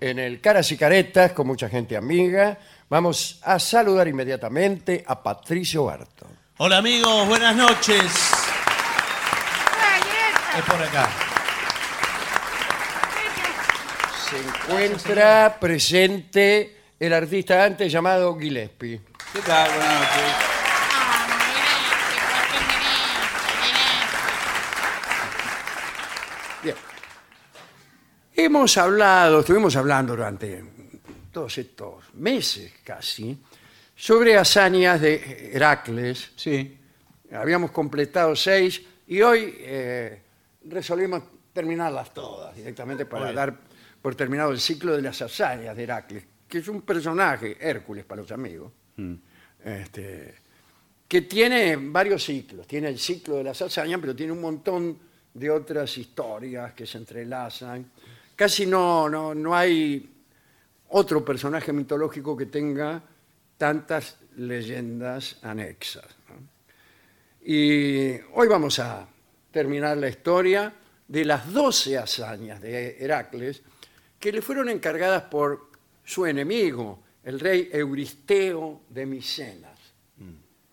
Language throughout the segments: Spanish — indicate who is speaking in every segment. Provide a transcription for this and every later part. Speaker 1: en el Caras y Caretas con mucha gente amiga. Vamos a saludar inmediatamente a Patricio Barto.
Speaker 2: Hola amigos, buenas noches. Es por acá.
Speaker 1: Se encuentra presente el artista antes llamado Gillespie.
Speaker 2: ¿Qué tal? Buenas noches.
Speaker 1: Bien. Hemos hablado, estuvimos hablando durante todos estos meses casi, sobre hazañas de Heracles.
Speaker 2: Sí.
Speaker 1: Habíamos completado seis y hoy eh, resolvimos terminarlas todas directamente para
Speaker 2: Muy bien.
Speaker 1: dar por terminado el ciclo de las hazañas de Heracles, que es un personaje, Hércules para los amigos,
Speaker 2: Mm.
Speaker 1: este, que tiene varios ciclos. Tiene el ciclo de las hazañas, pero tiene un montón de otras historias que se entrelazan. Casi no, no, no hay otro personaje mitológico que tenga tantas leyendas anexas. ¿no? Y hoy vamos a terminar la historia de las 12 hazañas de Heracles que le fueron encargadas por su enemigo, el rey Euristeo de Micenas,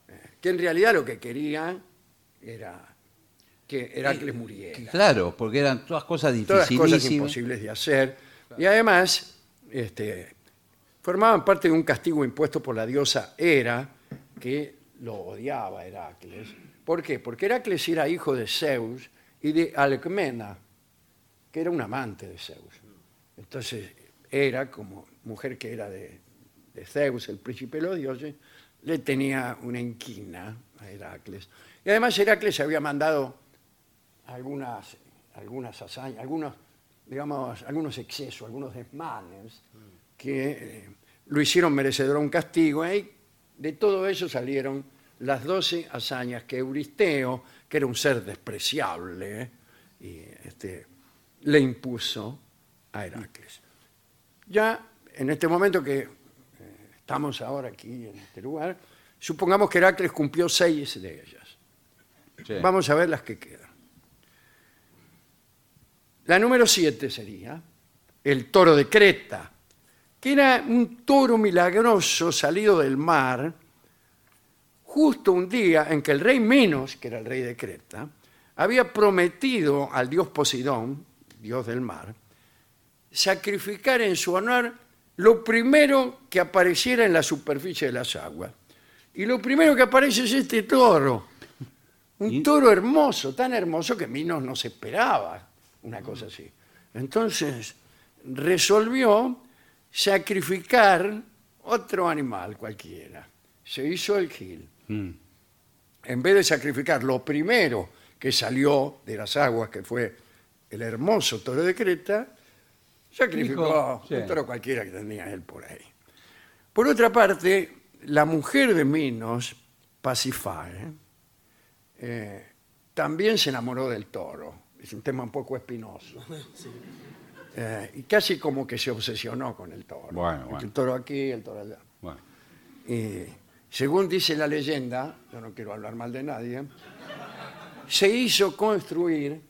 Speaker 1: Eh, que en realidad lo que quería era que Heracles muriera
Speaker 3: Claro, porque eran todas cosas
Speaker 1: todas cosas
Speaker 3: dificilísimas.
Speaker 1: imposibles de hacer. Y además, este, formaban parte de un castigo impuesto por la diosa Hera, que lo odiaba a Heracles. ¿Por qué? Porque Heracles era hijo de Zeus y de Alcmena, que era un amante de Zeus. Entonces, Hera, como mujer que era de, de Zeus, el príncipe de los dioses, le tenía una inquina a Heracles. Y además Heracles había mandado algunas, algunas hazañas, algunos, digamos, algunos excesos, algunos desmanes que eh, lo hicieron merecedor a un castigo. ¿eh? Y de todo eso salieron las doce hazañas que Euristeo, que era un ser despreciable, eh, y, este, le impuso a Heracles. Ya en este momento que eh, estamos ahora aquí en este lugar, supongamos que Heracles cumplió seis de ellas.
Speaker 3: Sí.
Speaker 1: Vamos a ver las que quedan. La número 7 sería el toro de Creta, que era un toro milagroso salido del mar justo un día en que el rey Minos, que era el rey de Creta, había prometido al dios Poseidón, dios del mar, sacrificar en su honor lo primero que apareciera en la superficie de las aguas. Y lo primero que aparece es este toro. Un
Speaker 3: Y-
Speaker 1: toro hermoso, tan hermoso que Minos no se esperaba una cosa así. Entonces resolvió sacrificar otro animal cualquiera. Se hizo el gil.
Speaker 3: Mm.
Speaker 1: En vez de sacrificar lo primero que salió de las aguas, que fue el hermoso toro de Creta, sacrificó
Speaker 3: Dijo, sí.
Speaker 1: un toro cualquiera que tenía él por ahí. Por otra parte, la mujer de Minos, Pasifae, eh, también se enamoró del toro. Es un tema un poco espinoso. Eh, y casi como que se obsesionó con el toro.
Speaker 3: Bueno,
Speaker 1: El
Speaker 3: bueno.
Speaker 1: toro aquí, el toro allá.
Speaker 3: Bueno.
Speaker 1: Y según dice la leyenda, yo no quiero hablar mal de nadie, se hizo construir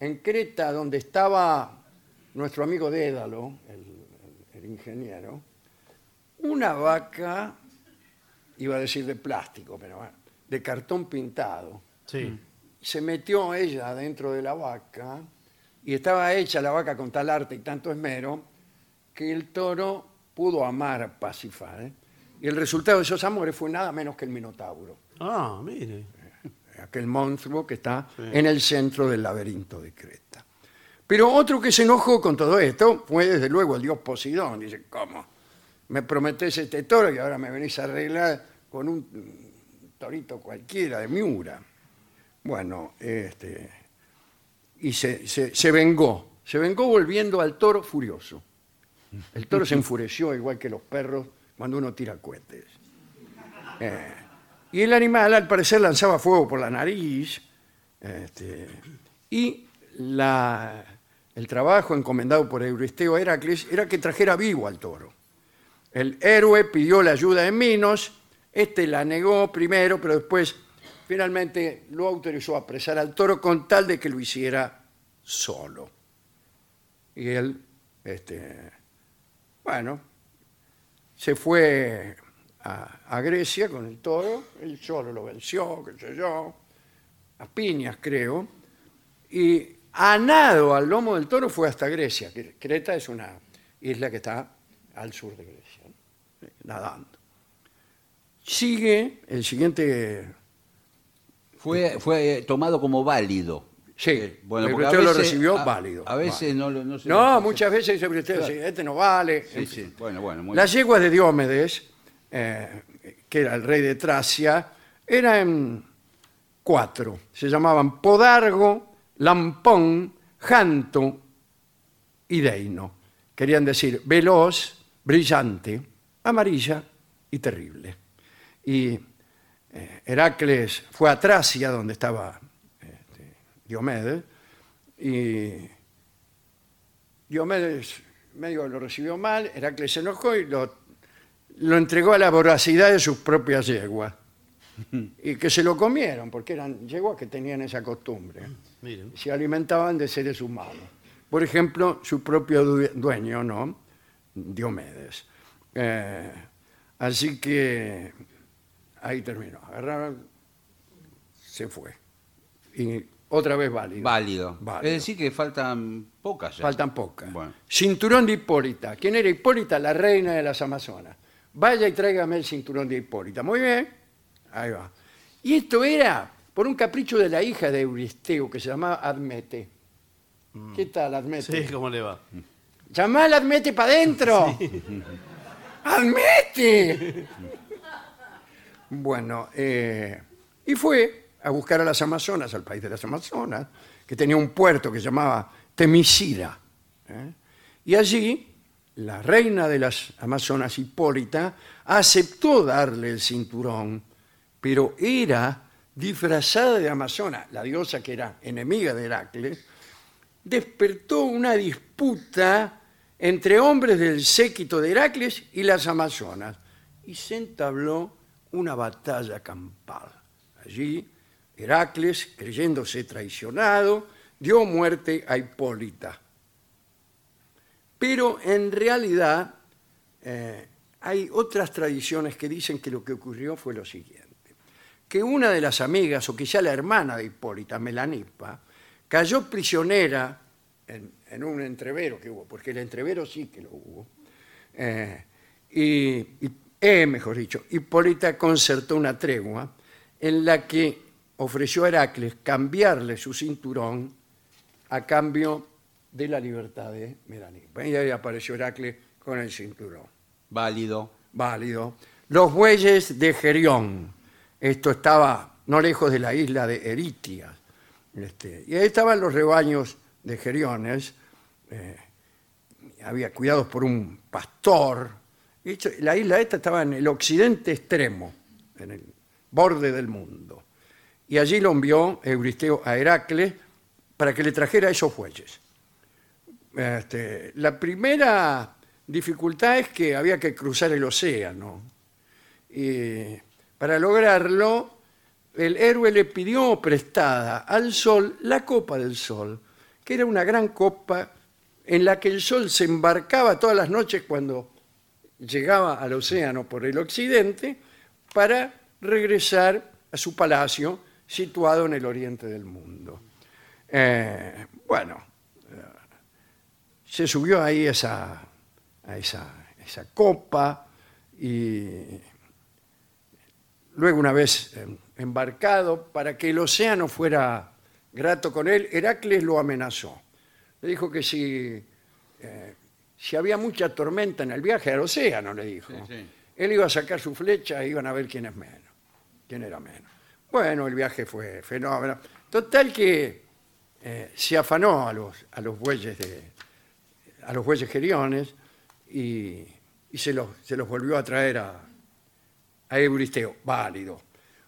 Speaker 1: en Creta, donde estaba nuestro amigo Dédalo, el, el- el ingeniero, una vaca, iba a decir de plástico, pero bueno, de cartón pintado.
Speaker 2: Sí.
Speaker 1: Se metió ella dentro de la vaca y estaba hecha la vaca con tal arte y tanto esmero que el toro pudo amar a Pasifae. Y el resultado de esos amores fue nada menos que el Minotauro, Eh,
Speaker 2: Ah, mire.
Speaker 1: aquel monstruo que está en el centro del laberinto de Creta. Pero otro que se enojó con todo esto fue desde luego el dios Posidón. Dice, ¿cómo? Me prometés este toro y ahora me venís a arreglar con un mm, torito cualquiera de Miura. Bueno, este, y se, se- se vengó, se vengó volviendo al toro furioso. El toro se enfureció igual que los perros cuando uno tira cohetes. Eh, y el animal, al parecer, lanzaba fuego por la nariz. este, y la- el trabajo encomendado por Euristeo a Heracles era que trajera vivo al toro. El héroe pidió la ayuda de Minos, este la negó primero, pero después finalmente lo autorizó a apresar al toro con tal de que lo hiciera solo. Y él, este, bueno, se fue a, a Grecia con el toro, él solo lo venció, qué sé yo, a piñas creo, y a nado al lomo del toro fue hasta Grecia, que Creta es una isla que está al sur de Grecia, ¿no? nadando. Sigue el siguiente...
Speaker 3: Fue, fue eh, tomado como válido.
Speaker 1: Sí,
Speaker 3: Eh, bueno,
Speaker 1: el
Speaker 3: porque a
Speaker 1: Euristeo lo
Speaker 3: veces-
Speaker 1: recibió
Speaker 3: a-
Speaker 1: válido.
Speaker 3: A veces
Speaker 1: Vale.
Speaker 3: no, lo- no se
Speaker 1: No,
Speaker 3: lo-
Speaker 1: muchas veces dice Euristeo,
Speaker 3: Claro.
Speaker 1: "Sí, este no vale.
Speaker 3: Sí, sí. Bueno, bueno, muy
Speaker 1: Las yeguas de Diómedes, eh, que era el rey de Tracia, eran cuatro. Se llamaban Podargo, Lampón, Janto y Deino. Querían decir veloz, brillante, amarilla y terrible. Y eh, Heracles fue a Tracia, donde estaba este, Diomedes, y Diomedes medio lo recibió mal, Heracles se enojó y lo, lo entregó a la voracidad de sus propias yeguas. Y que se lo comieron, porque eran yeguas que tenían esa costumbre.
Speaker 2: Miren.
Speaker 1: Se alimentaban de seres humanos. Por ejemplo, su propio due- dueño, ¿no? Diomedes. Eh, así que ahí terminó. Agarraron, se fue. Y otra vez válido.
Speaker 3: válido.
Speaker 1: Válido.
Speaker 3: Es decir, que faltan pocas ya.
Speaker 1: Faltan pocas.
Speaker 3: Bueno.
Speaker 1: Cinturón de Hipólita. ¿Quién era Hipólita? La reina de las Amazonas. Vaya y tráigame el cinturón de Hipólita. Muy bien. Ahí va. Y esto era por un capricho de la hija de Euristeo que se llamaba Admete. ¿Qué tal, Admete?
Speaker 2: Sí, ¿cómo le va?
Speaker 1: Llamá al Admete para adentro. ¡Admete! bueno, eh, y fue a buscar a las Amazonas, al país de las Amazonas, que tenía un puerto que se llamaba Temisira. ¿eh? Y allí, la reina de las Amazonas, Hipólita, aceptó darle el cinturón, pero era disfrazada de Amazona, la diosa que era enemiga de Heracles, despertó una disputa entre hombres del séquito de Heracles y las Amazonas, y se entabló una batalla campal. Allí, Heracles, creyéndose traicionado, dio muerte a Hipólita. Pero en realidad eh, hay otras tradiciones que dicen que lo que ocurrió fue lo siguiente que una de las amigas, o quizá la hermana de Hipólita, Melanipa, cayó prisionera en, en un entrevero que hubo, porque el entrevero sí que lo hubo, eh, y, y- eh, mejor dicho, Hipólita concertó una tregua en la que ofreció a Heracles cambiarle su cinturón a cambio de la libertad de Melanipa. Y ahí apareció Heracles con el cinturón
Speaker 3: Válido.
Speaker 1: válido. Los bueyes de Gerión. Esto estaba no lejos de la isla de Eritia. Este, y ahí estaban los rebaños de Geriones. eh, había cuidados por un pastor. Y esto- la isla esta estaba en el occidente extremo, en el borde del mundo. Y allí lo envió Euristeo a Heracles para que le trajera esos bueyes. Este, la primera dificultad es que había que cruzar el océano. Y para lograrlo, el héroe le pidió prestada al sol la copa del sol, que era una gran copa en la que el sol se embarcaba todas las noches cuando llegaba al océano por el occidente para regresar a su palacio situado en el oriente del mundo. Eh, bueno, se subió ahí esa, a esa, esa copa y luego una vez em, embarcado, para que el océano fuera grato con él, Heracles lo amenazó. Le dijo que si, eh, si había mucha tormenta en el viaje al océano, le dijo,
Speaker 3: sí.
Speaker 1: él iba a sacar su flecha e iban a ver quién es menos, quién era menos. Bueno, el viaje fue fenómeno. Total que eh, se afanó a los, a los bueyes de, a los bueyes geriones y, y se, los, se los volvió a traer a, a Euristeo, válido.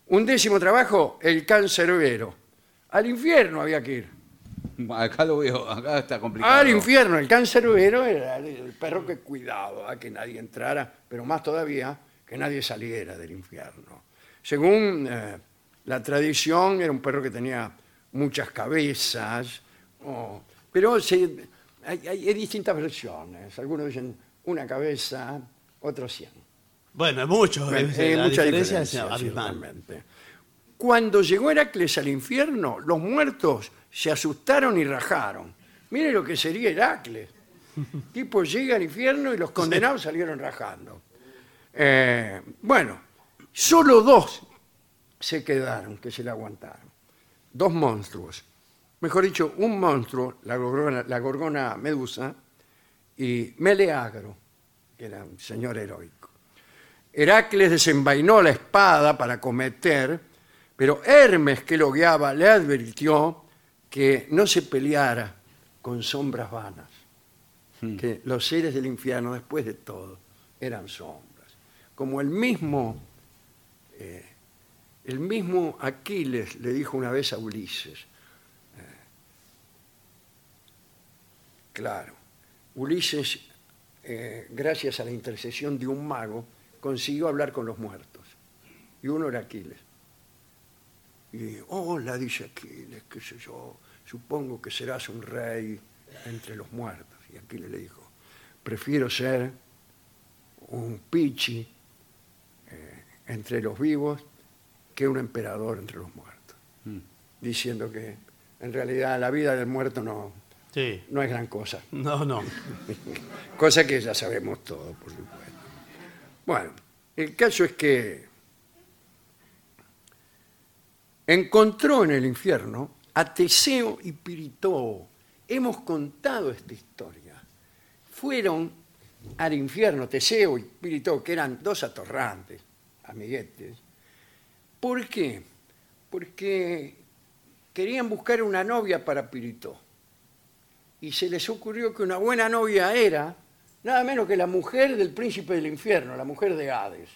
Speaker 1: Un décimo trabajo, el cancerbero. Al infierno había que ir.
Speaker 3: Acá lo veo, acá está complicado.
Speaker 1: Al infierno, Ah, el cancerbero era el perro que cuidaba que nadie entrara, pero más todavía que nadie saliera del infierno. Según eh, la tradición, era un perro que tenía muchas cabezas, o- pero se- hay, hay- hay distintas versiones. Algunos dicen una cabeza, otros cien.
Speaker 2: Bueno, es mucho.
Speaker 1: Bueno,
Speaker 2: es-
Speaker 1: hay
Speaker 2: la
Speaker 1: mucha
Speaker 2: diferencia es
Speaker 1: diferencia,
Speaker 2: abismal.
Speaker 1: ciertamente. Cuando llegó Heracles al infierno, los muertos se asustaron y rajaron. Mire lo que sería Heracles. tipo llega al infierno y los condenados salieron rajando. Eh, bueno, solo dos se quedaron que se la aguantaron. Dos monstruos. Mejor dicho, un monstruo, la gorgona, la gorgona medusa, y Meleagro, que era un señor heroico. Heracles desenvainó la espada para cometer, pero Hermes, que lo guiaba, le advirtió que no se peleara con sombras vanas, que los seres del infierno, después de todo, eran sombras. Como el mismo, eh, el mismo Aquiles le dijo una vez a Ulises, eh, claro, Ulises, eh, gracias a la intercesión de un mago, consiguió hablar con los muertos. Y uno era Aquiles. Y, hola, dice Aquiles, qué sé yo, supongo que serás un rey entre los muertos. Y Aquiles le dijo, prefiero ser un pichi eh, entre los vivos que un emperador entre los muertos. Diciendo que en realidad la vida del muerto no,
Speaker 2: Sí.
Speaker 1: no es gran cosa.
Speaker 2: No, no.
Speaker 1: Cosa que ya sabemos todos, por supuesto. Bueno, el caso es que encontró en el infierno a Teseo y Pirito. Hemos contado esta historia. Fueron al infierno Teseo y Pirito, que eran dos atorrantes, amiguetes. ¿Por qué? Porque querían buscar una novia para Pirito y se les ocurrió que una buena novia era nada menos que la mujer del príncipe del infierno, la mujer de Hades,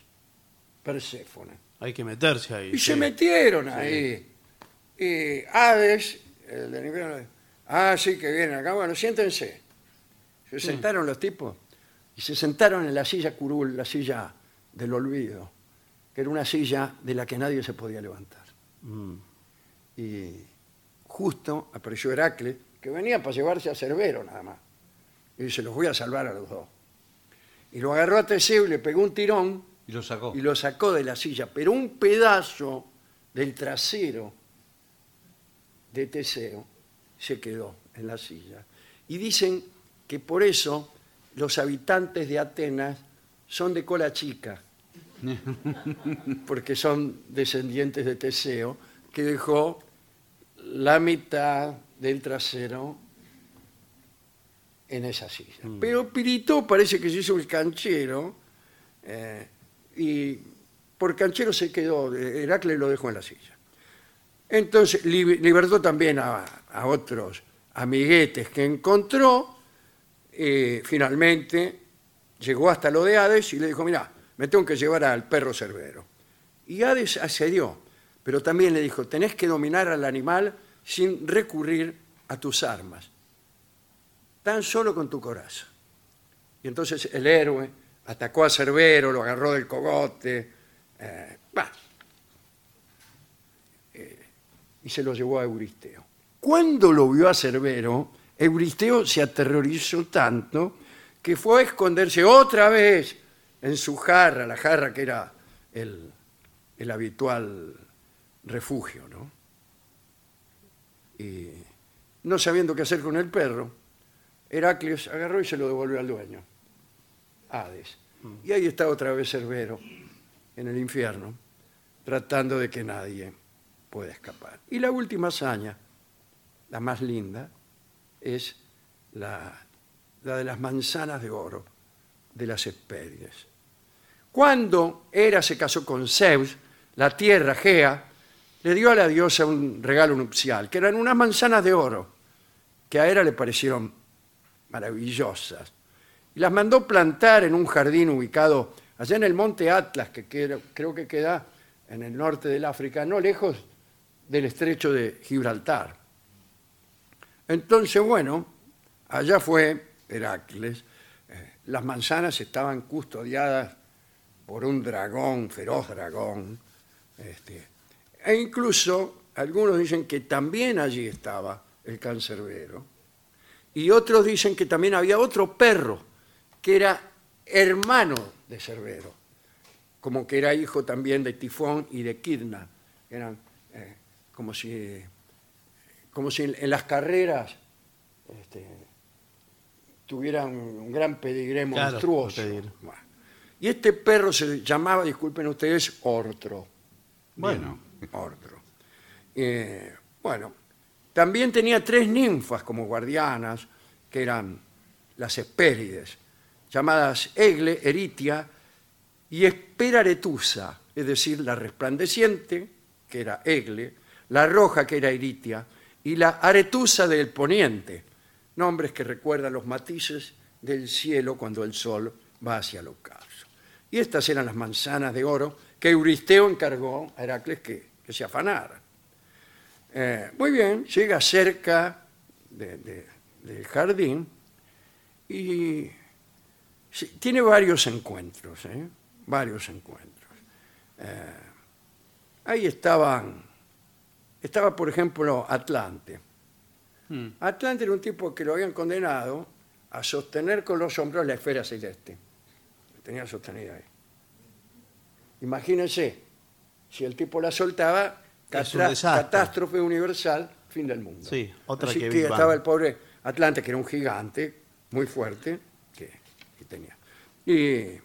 Speaker 1: Perséfona.
Speaker 2: Hay que meterse ahí.
Speaker 1: Y
Speaker 2: sí.
Speaker 1: se metieron ahí. Y Hades, el del infierno, ah, sí, que vienen acá, bueno, siéntense.
Speaker 2: Mm.
Speaker 1: Se sentaron los tipos y se sentaron en la silla curul, la silla del olvido, que era una silla de la que nadie se podía levantar.
Speaker 2: Mm.
Speaker 1: Y justo apareció Heracles, que venía para llevarse a Cerbero nada más. Y dice, los voy a salvar a los dos. Y lo agarró a Teseo y le pegó un tirón
Speaker 3: Y lo sacó.
Speaker 1: y lo sacó de la silla, pero un pedazo del trasero de Teseo se quedó en la silla. Y dicen que por eso los habitantes de Atenas son de cola chica, porque son descendientes de Teseo, que dejó la mitad del trasero en esa silla. Pero Pirito parece que se hizo el canchero eh, y por canchero se quedó, Heracles lo dejó en la silla. Entonces li- libertó también a, a otros amiguetes que encontró, eh, finalmente llegó hasta lo de Hades y le dijo, mira, me tengo que llevar al perro cerbero. Y Hades accedió, pero también le dijo, tenés que dominar al animal sin recurrir a tus armas, tan solo con tu coraza. Y entonces el héroe atacó a Cerbero, lo agarró del cogote, eh, bah. Eh, y se lo llevó a Euristeo. Cuando lo vio a Cerbero, Euristeo se aterrorizó tanto que fue a esconderse otra vez en su jarra, la jarra que era el, el habitual refugio, ¿no? Y no sabiendo qué hacer con el perro, Heracles agarró y se lo devolvió al dueño, Hades. Y ahí está otra vez Cerbero, en el infierno, tratando de que nadie pueda escapar. Y la última hazaña, la más linda, es la, la de las manzanas de oro, de las Hespérides. Cuando Hera se casó con Zeus, la tierra, Gea, le dio a la diosa un regalo nupcial, que eran unas manzanas de oro, que a Hera le parecieron maravillosas. y las mandó plantar en un jardín ubicado allá en el monte Atlas, que queda- creo que queda en el norte del África, no lejos del estrecho de Gibraltar. Entonces, bueno, allá fue Heracles. Eh, Las manzanas estaban custodiadas por un dragón, feroz dragón. este, e incluso algunos dicen que también allí estaba el cancerbero. Y otros dicen que también había otro perro que era hermano de Cerbero, como que era hijo también de Tifón y de Kidna. Eran eh, como si como si en, en las carreras este, tuvieran un, un gran pedigrí
Speaker 2: Claro,
Speaker 1: monstruoso.
Speaker 2: un pedigrí.
Speaker 1: Bueno. Y este perro se llamaba, disculpen ustedes, Ortro.
Speaker 3: Bueno.
Speaker 1: Ortro. Eh, bueno, también tenía tres ninfas como guardianas, que eran las Hespérides, llamadas Egle, Eritia y Esperaretusa, es decir, la resplandeciente, que era Egle, la roja, que era Eritia, y la Aretusa del Poniente, nombres que recuerdan los matices del cielo cuando el sol va hacia el ocaso. Y estas eran las manzanas de oro que Euristeo encargó a Heracles que, que se afanara. Eh, muy bien, llega cerca de- de- del jardín y sí, tiene varios encuentros, ¿eh? varios encuentros. Eh, ahí estaban, estaba por ejemplo Atlante.
Speaker 2: Hmm.
Speaker 1: Atlante era un tipo que lo habían condenado a sostener con los hombros la esfera celeste. La tenía sostenida ahí. Imagínense, si el tipo la soltaba,
Speaker 2: Es un
Speaker 1: catra-
Speaker 2: desastre.
Speaker 1: catástrofe universal, fin del mundo.
Speaker 2: Sí, otra
Speaker 1: Así
Speaker 2: que
Speaker 1: que,
Speaker 2: Big Bang.
Speaker 1: estaba el pobre Atlante, que era un gigante, muy fuerte, que, que tenía. Y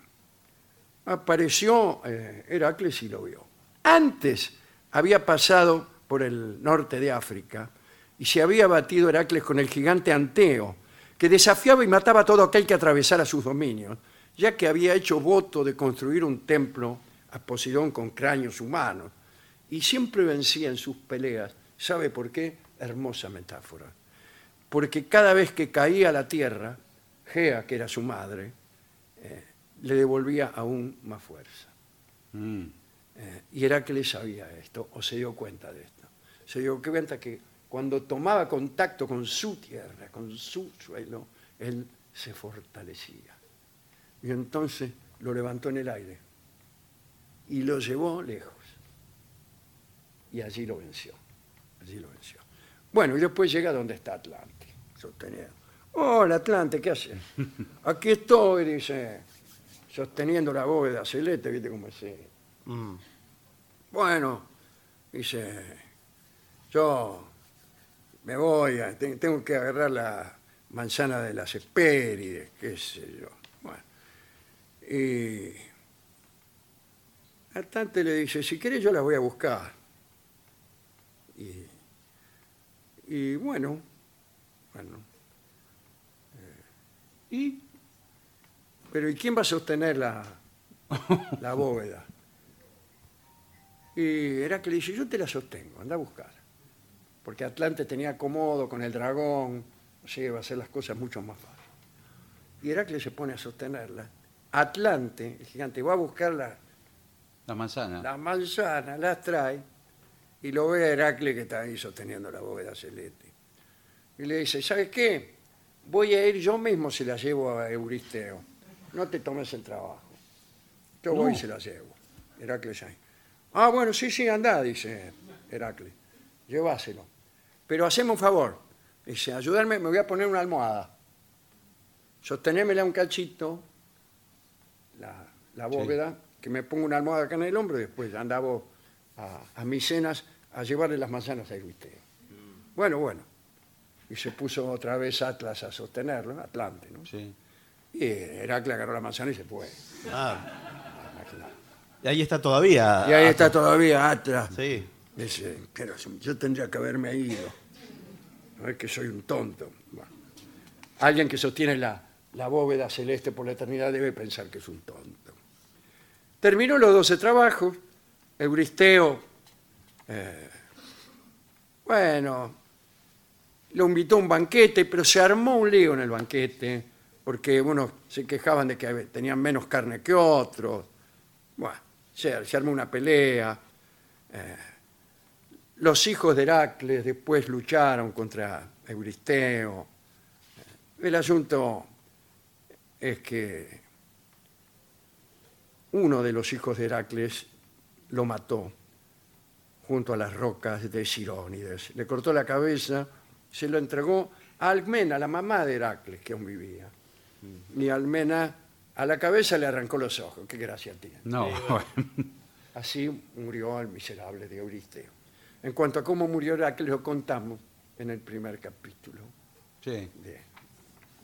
Speaker 1: apareció eh, Heracles y lo vio. Antes había pasado por el norte de África y se había batido Heracles con el gigante Anteo, que desafiaba y mataba a todo aquel que atravesara sus dominios, ya que había hecho voto de construir un templo a Poseidón con cráneos humanos. Y siempre vencía en sus peleas. ¿Sabe por qué? Hermosa metáfora porque cada vez que caía a la tierra, Gea, que era su madre, eh, le devolvía aún más fuerza.
Speaker 3: Mm.
Speaker 1: Eh, y Heracles sabía esto, o se dio cuenta de esto. Se dio cuenta que cuando tomaba contacto con su tierra, con su suelo, él se fortalecía. Y entonces lo levantó en el aire y lo llevó lejos. Y allí lo venció. Allí lo venció. Bueno, y después llega donde está Atlante, sosteniendo. Hola Atlante, ¿qué haces? Aquí estoy, dice, sosteniendo la bóveda celeste, viste cómo es. eh.
Speaker 2: Mm.
Speaker 1: Bueno, dice, yo me voy, a- te- tengo que agarrar la manzana de las Hespérides, qué sé yo. Bueno, y Atlante le dice, si querés yo las voy a buscar. Y, y bueno, bueno. eh, ¿Y? Pero ¿y quién va a sostener la, la bóveda? Y Heracles dice, yo te la sostengo, anda a buscar. Porque Atlante tenía acomodo con el dragón, o sea, va a hacer las cosas mucho más fácil. Y Heracles se pone a sostenerla. Atlante, el gigante, va a buscar la,
Speaker 3: La manzana.
Speaker 1: las manzanas, las trae, y lo ve a Heracles que está ahí sosteniendo la bóveda celeste. Y le dice, ¿sabes qué? Voy a ir yo mismo si la llevo a Euristeo. No te tomes el trabajo. Yo voy y se la llevo. Heracles ahí. Ah, bueno, sí, sí, anda, dice Heracles. Llévaselo. Pero haceme un favor. Dice, ayudarme, me voy a poner una almohada. Sostenémela un cachito, la, la bóveda, que me ponga una almohada acá en el hombro y después anda vos a, a mis cenas a llevarle las manzanas a Euristeo.
Speaker 2: Mm.
Speaker 1: Bueno, bueno. Y se puso otra vez Atlas a sostenerlo, Atlante, ¿no?
Speaker 3: Sí.
Speaker 1: Y Heracles agarró la manzana y se fue.
Speaker 2: Ah,
Speaker 1: Imagínate.
Speaker 2: y ahí está todavía.
Speaker 1: Y ahí
Speaker 2: Ah,
Speaker 1: está todavía Atlas.
Speaker 2: Sí.
Speaker 1: Dice, pero si- yo tendría que haberme ido. No es que soy un tonto. Bueno. Alguien que sostiene la, la bóveda celeste por la eternidad debe pensar que es un tonto. Terminó los 12 trabajos. Euristeo, eh, bueno, lo invitó a un banquete, pero se armó un lío en el banquete. porque unos se quejaban de que tenían menos carne que otros. Bueno, se, se armó una pelea. Eh, los hijos de Heracles después lucharon contra Euristeo. eh, El asunto es que uno de los hijos de Heracles lo mató junto a las rocas de Sirónides. Le cortó la cabeza, se lo entregó a Almena, la mamá de Heracles, que aún vivía. Y Almena a la cabeza le arrancó los ojos. Qué gracia tiene.
Speaker 4: No,
Speaker 1: Así murió el miserable de Euristeo. En cuanto a cómo murió Heracles, lo contamos en el primer capítulo
Speaker 3: Sí.
Speaker 1: de,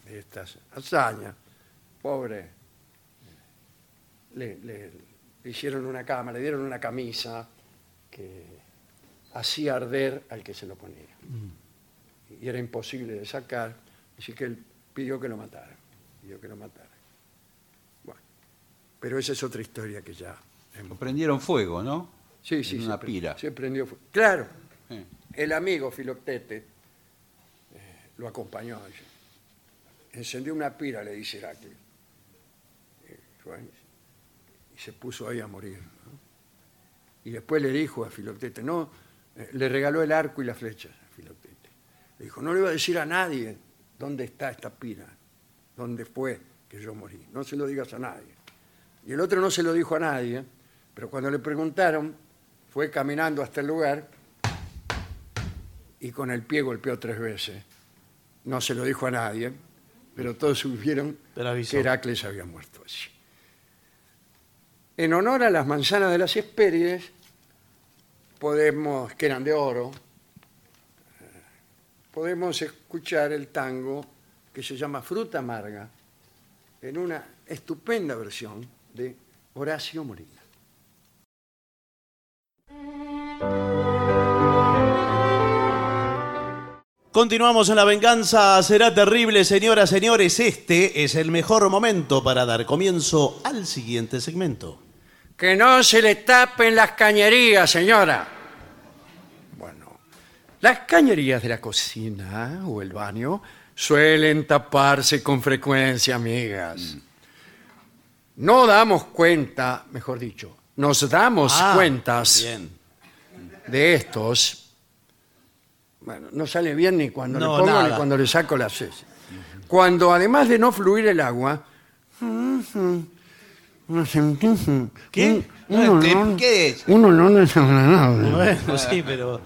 Speaker 1: de estas hazañas. Pobre. Le, le- le hicieron una cama, le dieron una camisa que hacía arder al que se lo ponía. Y era imposible de sacar, así que él pidió que lo mataran. Pidió que lo mataran. Bueno, pero esa es otra historia que ya hemos
Speaker 3: Lo prendieron fuego, ¿no?
Speaker 1: Sí,
Speaker 3: En
Speaker 1: sí.
Speaker 3: una
Speaker 1: se pre-
Speaker 3: pira.
Speaker 1: Se prendió fuego. Claro,
Speaker 3: Sí.
Speaker 1: el amigo Filoctete eh, lo acompañó. allí. Encendió una pira, le dice Heracles. Eh, fue ahí, Y se puso ahí a morir. ¿no? Y después le dijo a Filoctete, no, eh, le regaló el arco y las flechas a Filoctete. Le dijo, no le iba a decir a nadie dónde está esta pira, dónde fue que yo morí. No se lo digas a nadie. Y el otro no se lo dijo a nadie, pero cuando le preguntaron, fue caminando hasta el lugar y con el pie golpeó tres veces. No se lo dijo a nadie, pero todos supieron
Speaker 2: Pero avisó.
Speaker 1: que Heracles había muerto así. En honor a las manzanas de las Hespérides, podemos, que eran de oro, eh, podemos escuchar el tango que se llama Fruta Amarga en una estupenda versión de Horacio Molina.
Speaker 2: Continuamos en la venganza, será terrible, señoras, señores. Este es el mejor momento para dar comienzo al siguiente segmento.
Speaker 1: Que no se le tapen las cañerías, señora. Bueno, las cañerías de la cocina o el baño suelen taparse con frecuencia, amigas. No damos cuenta, mejor dicho, nos damos
Speaker 2: Ah,
Speaker 1: cuentas
Speaker 2: Bien.
Speaker 1: de estos. Bueno, no sale bien ni cuando
Speaker 2: No,
Speaker 1: le pongo ni
Speaker 2: nada.
Speaker 1: cuando le saco las heces. Cuando además de no fluir el agua.
Speaker 2: ¿Qué?
Speaker 1: Mm.
Speaker 3: No, este, ¿Qué es?
Speaker 1: Un olor desagradable.
Speaker 2: Bueno, sí, pero.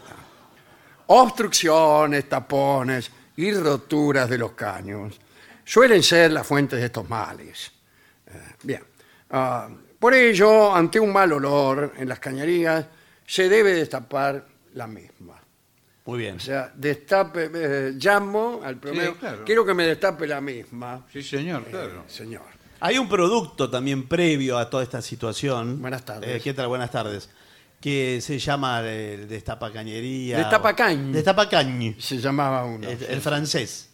Speaker 1: Obstrucciones, tapones y roturas de los caños suelen ser las fuentes de estos males. Eh, bien. Ah, por ello, ante un mal olor en las cañerías, se debe destapar la misma.
Speaker 2: Muy bien.
Speaker 1: O sea, destape, eh, llamo al primero.
Speaker 3: claro.
Speaker 1: Quiero que me destape la misma,
Speaker 3: Sí, señor, claro.
Speaker 1: señor.
Speaker 2: Hay un producto también previo a toda esta situación.
Speaker 1: Buenas tardes.
Speaker 2: Eh, ¿Qué tal? Buenas tardes. Que se llama el destapacañería.
Speaker 1: Destapacañ.
Speaker 2: Destapacañ.
Speaker 1: Se llamaba uno.
Speaker 2: El, el francés.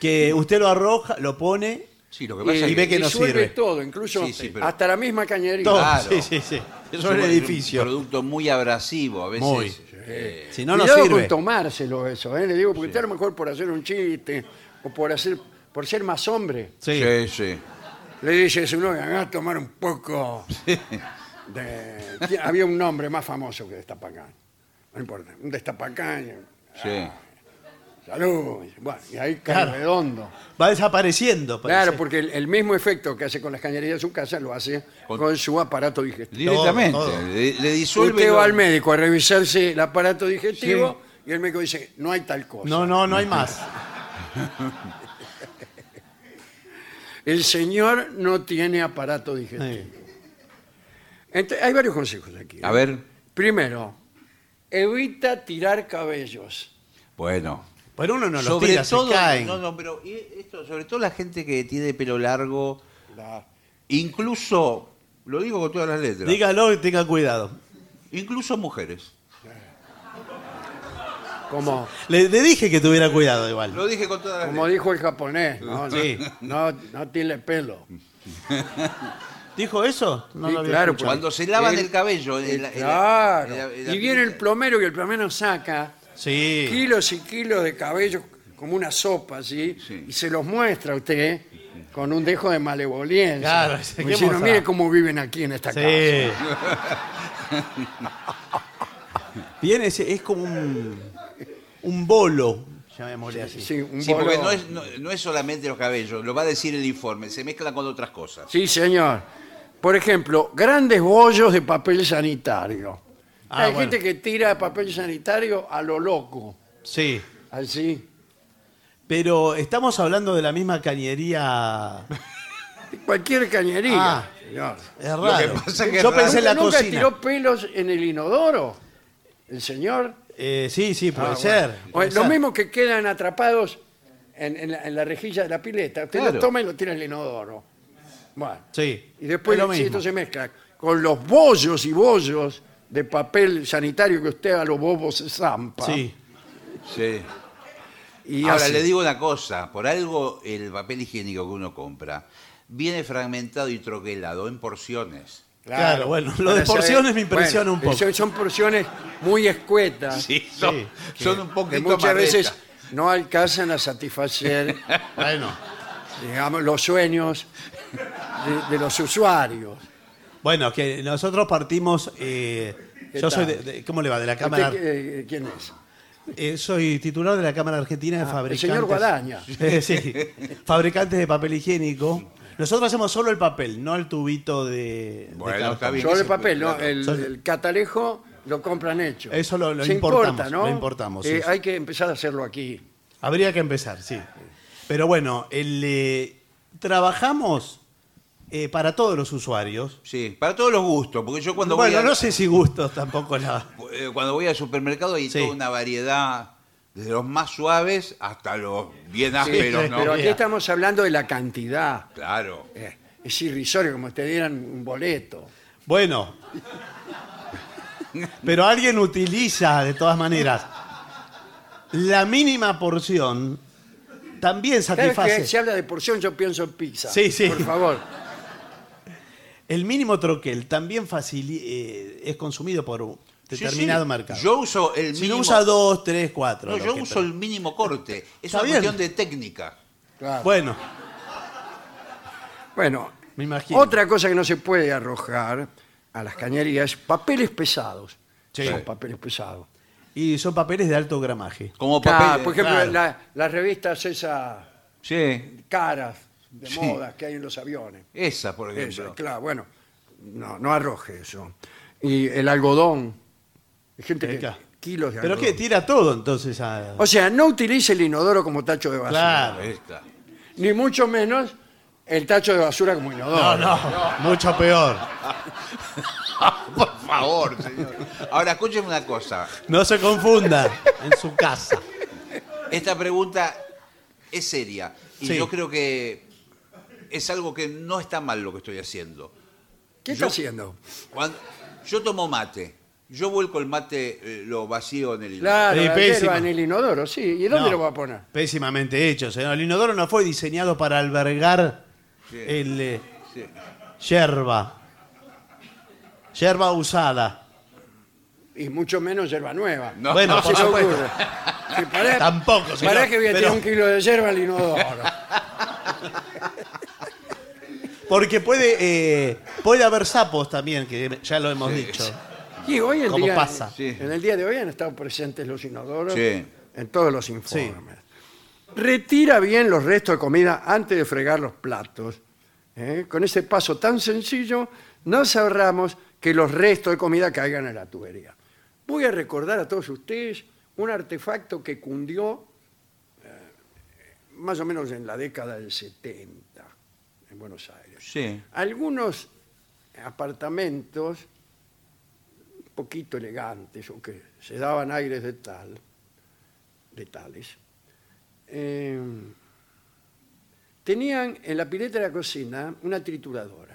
Speaker 2: Que usted lo arroja, lo pone.
Speaker 3: Sí, lo que pasa
Speaker 2: Y-
Speaker 3: es
Speaker 2: y ve que no
Speaker 1: Disuelve
Speaker 2: sirve.
Speaker 1: todo, incluso
Speaker 3: Sí, sí, pero-
Speaker 1: hasta la misma cañería.
Speaker 2: Todo.
Speaker 3: Claro.
Speaker 2: Sí, sí, sí.
Speaker 3: es
Speaker 2: Sobre
Speaker 3: un-
Speaker 2: el edificio.
Speaker 3: Un producto muy abrasivo a veces.
Speaker 2: Muy.
Speaker 3: Eh,
Speaker 2: Si no, no
Speaker 1: Cuidado
Speaker 2: sirve.
Speaker 1: con tomárselo eso, ¿eh? le digo, porque usted a lo mejor por hacer un chiste o por hacer por ser más hombre,
Speaker 2: Sí.
Speaker 3: sí, sí.
Speaker 1: le dices uno "Ah, a tomar un poco de... ¿Quién- Había un nombre más famoso que Destapacán. No importa, un Destapacán,
Speaker 3: sí.
Speaker 1: salud, bueno, y ahí cae
Speaker 2: Claro.
Speaker 1: redondo.
Speaker 2: Va desapareciendo. parece.
Speaker 1: Claro, porque el, el mismo efecto que hace con las cañerías de su casa lo hace con,
Speaker 3: Con-
Speaker 1: su aparato digestivo.
Speaker 3: Directamente.
Speaker 2: todo.
Speaker 3: Le, le disuelve.
Speaker 1: Usted
Speaker 3: lo-
Speaker 1: va al médico a revisarse el aparato digestivo y el médico dice, no hay tal cosa.
Speaker 2: No, no, no hay más.
Speaker 1: El señor no tiene aparato digestivo.
Speaker 2: Sí.
Speaker 1: Ent- hay varios consejos aquí. ¿eh?
Speaker 3: A ver.
Speaker 1: Primero, evita tirar cabellos.
Speaker 3: Bueno.
Speaker 2: Pero uno no los
Speaker 3: sobre
Speaker 2: tira,
Speaker 3: todo,
Speaker 2: se caen.
Speaker 3: No, no, pero y esto, sobre todo la gente que tiene pelo largo,
Speaker 1: La-
Speaker 3: incluso, lo digo con todas las letras,
Speaker 2: Dígalo y tenga cuidado.
Speaker 3: incluso mujeres.
Speaker 1: como,
Speaker 2: Le, le dije que tuviera cuidado igual.
Speaker 3: Lo dije con todas las
Speaker 1: como
Speaker 3: letras.
Speaker 1: dijo el japonés, no, no-
Speaker 2: Sí.
Speaker 1: no, no tiene pelo.
Speaker 2: ¿Dijo eso? No
Speaker 1: Sí,
Speaker 2: lo había
Speaker 1: claro,
Speaker 2: escuchado.
Speaker 3: Cuando se lavan
Speaker 1: El-
Speaker 3: el, cabello. en
Speaker 1: Eh,
Speaker 3: la- en la-
Speaker 1: claro.
Speaker 3: en la- en la
Speaker 1: y viene el
Speaker 3: pilita.
Speaker 1: plomero y el plomero saca
Speaker 2: Sí.
Speaker 1: kilos y kilos de cabellos como una sopa, ¿sí?
Speaker 3: Sí.
Speaker 1: Y se los muestra a usted con un dejo de malevolencia.
Speaker 2: Claro, sí,
Speaker 1: Como
Speaker 2: qué
Speaker 1: diciendo,
Speaker 2: moza.
Speaker 1: mire cómo viven aquí en esta casa.
Speaker 2: Sí. Viene, ese- es como un, un bolo, llamémosle así.
Speaker 1: Sí, un
Speaker 3: Sí, porque
Speaker 1: bolo-
Speaker 3: no es, no, no es solamente los cabellos, lo va a decir el informe, se mezclan con otras cosas.
Speaker 1: Sí, señor. Por ejemplo, grandes bollos de papel sanitario.
Speaker 2: Ah,
Speaker 1: Hay
Speaker 2: bueno.
Speaker 1: gente que tira papel sanitario a lo loco,
Speaker 2: Sí.
Speaker 1: así.
Speaker 2: Pero estamos hablando de la misma cañería.
Speaker 1: Cualquier cañería,
Speaker 2: Ah.
Speaker 1: señor.
Speaker 2: Es raro.
Speaker 3: que pasa es que
Speaker 2: Yo
Speaker 3: es
Speaker 2: pensé en la
Speaker 1: ¿Nunca nunca
Speaker 2: cocina.
Speaker 1: tiró pelos en el inodoro? ¿El señor?
Speaker 2: Eh, sí, sí, puede
Speaker 1: Ah,
Speaker 2: ser.
Speaker 1: bueno.
Speaker 2: puede
Speaker 1: O Lo
Speaker 2: ser.
Speaker 1: mismo que quedan atrapados en, en la, en la rejilla de la pileta. Usted lo
Speaker 3: Claro.
Speaker 1: toma y lo tira en el inodoro. Bueno.
Speaker 2: Sí.
Speaker 1: Y después
Speaker 2: es lo
Speaker 1: sí,
Speaker 2: mismo.
Speaker 1: esto se mezcla con los bollos y bollos de papel sanitario que usted a los bobos se zampa.
Speaker 2: Sí.
Speaker 3: Sí.
Speaker 2: Ah,
Speaker 1: Y
Speaker 3: Ahora
Speaker 1: hace-
Speaker 3: le digo una cosa, por algo el papel higiénico que uno compra viene fragmentado y troquelado en porciones.
Speaker 2: Claro, bueno, lo
Speaker 1: Para
Speaker 2: de porciones me impresiona
Speaker 1: bueno,
Speaker 2: un poco.
Speaker 1: Son, son porciones muy escuetas
Speaker 3: Sí, son, son un
Speaker 1: que
Speaker 3: poquito
Speaker 1: muchas
Speaker 3: más
Speaker 1: veces
Speaker 3: ricas.
Speaker 1: no alcanzan a satisfacer
Speaker 2: Bueno.
Speaker 1: digamos, los sueños de, de los usuarios.
Speaker 2: Bueno, que nosotros partimos. eh,
Speaker 1: ¿Qué
Speaker 2: yo soy.
Speaker 1: tal?
Speaker 2: de- de- ¿Cómo le va? De la Cámara.
Speaker 1: ¿Usted qué- eh, ¿Quién es?
Speaker 2: eh, soy titular de la Cámara Argentina de
Speaker 1: Ah, el
Speaker 2: Fabricantes.
Speaker 1: señor Guadaña.
Speaker 2: Eh, sí. Fabricantes de papel higiénico. Nosotros hacemos solo el papel, no el tubito de. de
Speaker 3: Bueno,
Speaker 2: cartón.
Speaker 3: está bien.
Speaker 1: Solo el
Speaker 3: ese-
Speaker 1: papel, ¿no?
Speaker 3: claro.
Speaker 1: El,
Speaker 2: Son-
Speaker 1: el catalejo lo compran hecho.
Speaker 2: Eso lo- lo
Speaker 1: Se
Speaker 2: importamos,
Speaker 1: importa, ¿no?
Speaker 2: lo importamos, sí,
Speaker 1: Eh,
Speaker 2: sí.
Speaker 1: Hay que empezar a hacerlo aquí.
Speaker 2: Habría que empezar, sí. Pero bueno, el, eh, trabajamos eh, para todos los usuarios.
Speaker 3: Sí, para todos los gustos, porque yo cuando
Speaker 2: bueno,
Speaker 3: voy a-
Speaker 2: no sé si gustos tampoco la.
Speaker 3: Eh, cuando voy al supermercado hay
Speaker 2: Sí.
Speaker 3: toda una variedad, desde los más suaves hasta los bien ásperos,
Speaker 2: sí,
Speaker 3: ¿no?
Speaker 1: Pero aquí
Speaker 2: mira.
Speaker 1: estamos hablando de la cantidad.
Speaker 3: Claro.
Speaker 1: Eh, es irrisorio, como te dieran un boleto.
Speaker 2: Bueno. Pero alguien utiliza, de todas maneras, la mínima porción también
Speaker 1: Cada vez que
Speaker 2: satisface.
Speaker 1: se habla de porción, yo pienso en pizza.
Speaker 2: Sí, sí.
Speaker 1: Por favor.
Speaker 2: El mínimo troquel también facili- eh, es consumido por un determinado
Speaker 3: Sí, sí.
Speaker 2: mercado.
Speaker 3: Yo uso el
Speaker 2: si no
Speaker 3: mínimo.
Speaker 2: usa dos, tres, cuatro.
Speaker 3: no,
Speaker 2: lo
Speaker 3: yo
Speaker 2: que-
Speaker 3: uso el mínimo corte. Es
Speaker 2: Está
Speaker 3: una
Speaker 2: bien.
Speaker 3: cuestión de técnica.
Speaker 1: Claro.
Speaker 2: Bueno,
Speaker 1: Bueno,
Speaker 2: me imagino.
Speaker 1: otra cosa que no se puede arrojar a las cañerías es papeles pesados.
Speaker 2: Sí.
Speaker 1: Son papeles pesados.
Speaker 2: Y son papeles de alto gramaje.
Speaker 3: Como papel. ¿eh?
Speaker 1: Claro, por ejemplo,
Speaker 2: claro.
Speaker 1: la- las revistas esas
Speaker 3: Sí,
Speaker 1: caras de
Speaker 3: Sí.
Speaker 1: moda que hay en los aviones.
Speaker 3: esa, por ejemplo.
Speaker 1: Eso, claro, bueno, no, no arroje eso. Y el algodón. Hay gente que.
Speaker 2: Claro.
Speaker 1: Kilos de
Speaker 2: Pero
Speaker 1: algodón.
Speaker 2: que tira todo entonces a...
Speaker 1: O sea, no utilice el inodoro como tacho de basura.
Speaker 2: Claro.
Speaker 3: Esta.
Speaker 1: Ni mucho menos el tacho de basura como
Speaker 2: No,
Speaker 1: inodoro.
Speaker 2: no, mucho peor.
Speaker 3: Por favor, señor. Ahora, escúcheme una cosa.
Speaker 2: No se confunda en su casa.
Speaker 3: Esta pregunta es seria. Y
Speaker 2: Sí.
Speaker 3: yo creo que es algo que no está mal lo que estoy haciendo.
Speaker 1: ¿Qué está haciendo?
Speaker 3: Cuando- yo tomo mate. Yo vuelco el mate, eh, lo vacío en el inodoro.
Speaker 1: Claro,
Speaker 2: Sí,
Speaker 1: la
Speaker 2: pésimo.
Speaker 1: hierba en el inodoro, sí. ¿Y dónde
Speaker 2: No.
Speaker 1: lo va a poner?
Speaker 2: Pésimamente hecho, señor. El inodoro no fue diseñado para albergar
Speaker 3: Sí.
Speaker 2: el eh,
Speaker 3: Sí.
Speaker 2: yerba. Yerba usada.
Speaker 1: Y mucho menos hierba nueva.
Speaker 3: No,
Speaker 2: bueno,
Speaker 3: no,
Speaker 2: por
Speaker 1: Se me
Speaker 2: supuesto.
Speaker 1: ocurre. Sí, pará-
Speaker 2: Tampoco,
Speaker 1: Pará
Speaker 2: señor,
Speaker 1: que voy a tirar
Speaker 2: pero-
Speaker 1: un kilo de hierba al inodoro.
Speaker 2: Porque puede, eh, puede haber sapos también, que ya lo hemos
Speaker 3: Sí.
Speaker 2: dicho.
Speaker 1: Y hoy en
Speaker 2: ¿Cómo
Speaker 1: día,
Speaker 2: pasa?
Speaker 3: Sí.
Speaker 1: en el día de hoy han estado presentes los inodoros
Speaker 3: Sí.
Speaker 1: en todos los informes. Retira bien los restos de comida antes de fregar los platos. ¿eh? Con ese paso tan sencillo, nos ahorramos que los restos de comida caigan en la tubería. Voy a recordar a todos ustedes un artefacto que cundió eh, más o menos en la década del 70 en Buenos Aires
Speaker 3: Sí.
Speaker 1: algunos apartamentos un poquito elegantes o que se daban aires de tal, de tales, eh, tenían en la pileta de la cocina una trituradora.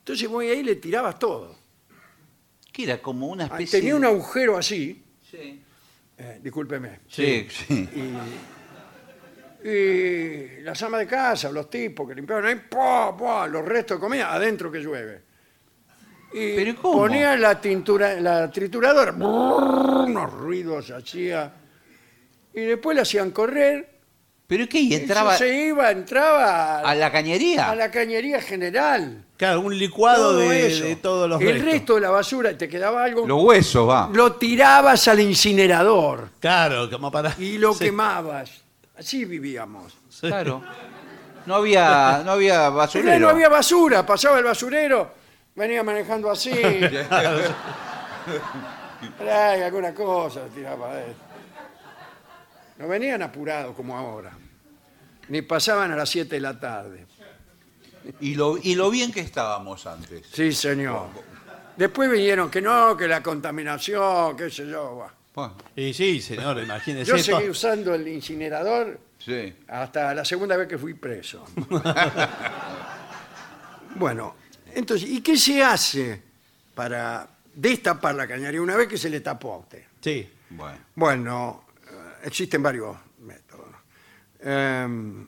Speaker 1: Entonces voy ahí y le tirabas todo.
Speaker 3: Que era como una
Speaker 1: Ah,
Speaker 3: especie.
Speaker 1: Tenía
Speaker 3: de-
Speaker 1: un agujero así,
Speaker 3: Sí.
Speaker 1: eh, discúlpeme,
Speaker 3: Sí, sí.
Speaker 1: y las amas de casa, los tipos que limpiaban ahí, ¡pua, pua! los restos de comida adentro que llueve. Y
Speaker 3: ¿Pero cómo?
Speaker 1: ponía la tintura, la trituradora, brrr, unos ruidos hacía. Y después la hacían correr
Speaker 3: Pero es que ahí entraba
Speaker 1: Eso se iba, entraba
Speaker 3: a la cañería.
Speaker 1: a la cañería general.
Speaker 2: Claro, un licuado
Speaker 1: Todo
Speaker 2: de,
Speaker 1: eso.
Speaker 2: de todos los
Speaker 1: El
Speaker 2: restos.
Speaker 1: resto de la basura, y te quedaba algo,
Speaker 3: Los huesos, va.
Speaker 1: lo tirabas al incinerador
Speaker 2: Claro, como para...
Speaker 1: y lo
Speaker 2: Sí,
Speaker 1: quemabas. Así vivíamos.
Speaker 2: sí.
Speaker 3: Claro. No había, no había
Speaker 1: Pero
Speaker 3: basurero.
Speaker 1: no había basura, pasaba el basurero, venía manejando así. Trae alguna cosa, tiraba. eh. No venían apurados como ahora. Ni pasaban a las 7 de la tarde.
Speaker 3: Y lo, y lo bien que estábamos antes.
Speaker 1: Sí, señor. Después vinieron que no, que la contaminación, qué sé yo. bah.
Speaker 3: Bueno,
Speaker 2: Y sí, señor, imagínese.
Speaker 1: Yo
Speaker 2: esto.
Speaker 1: seguí usando el incinerador
Speaker 3: sí.
Speaker 1: hasta la segunda vez que fui preso. bueno, entonces, ¿y qué se hace para destapar la cañería una vez que se le tapó a usted?
Speaker 2: Sí.
Speaker 3: Bueno.
Speaker 1: Bueno, eh, existen varios métodos. Em,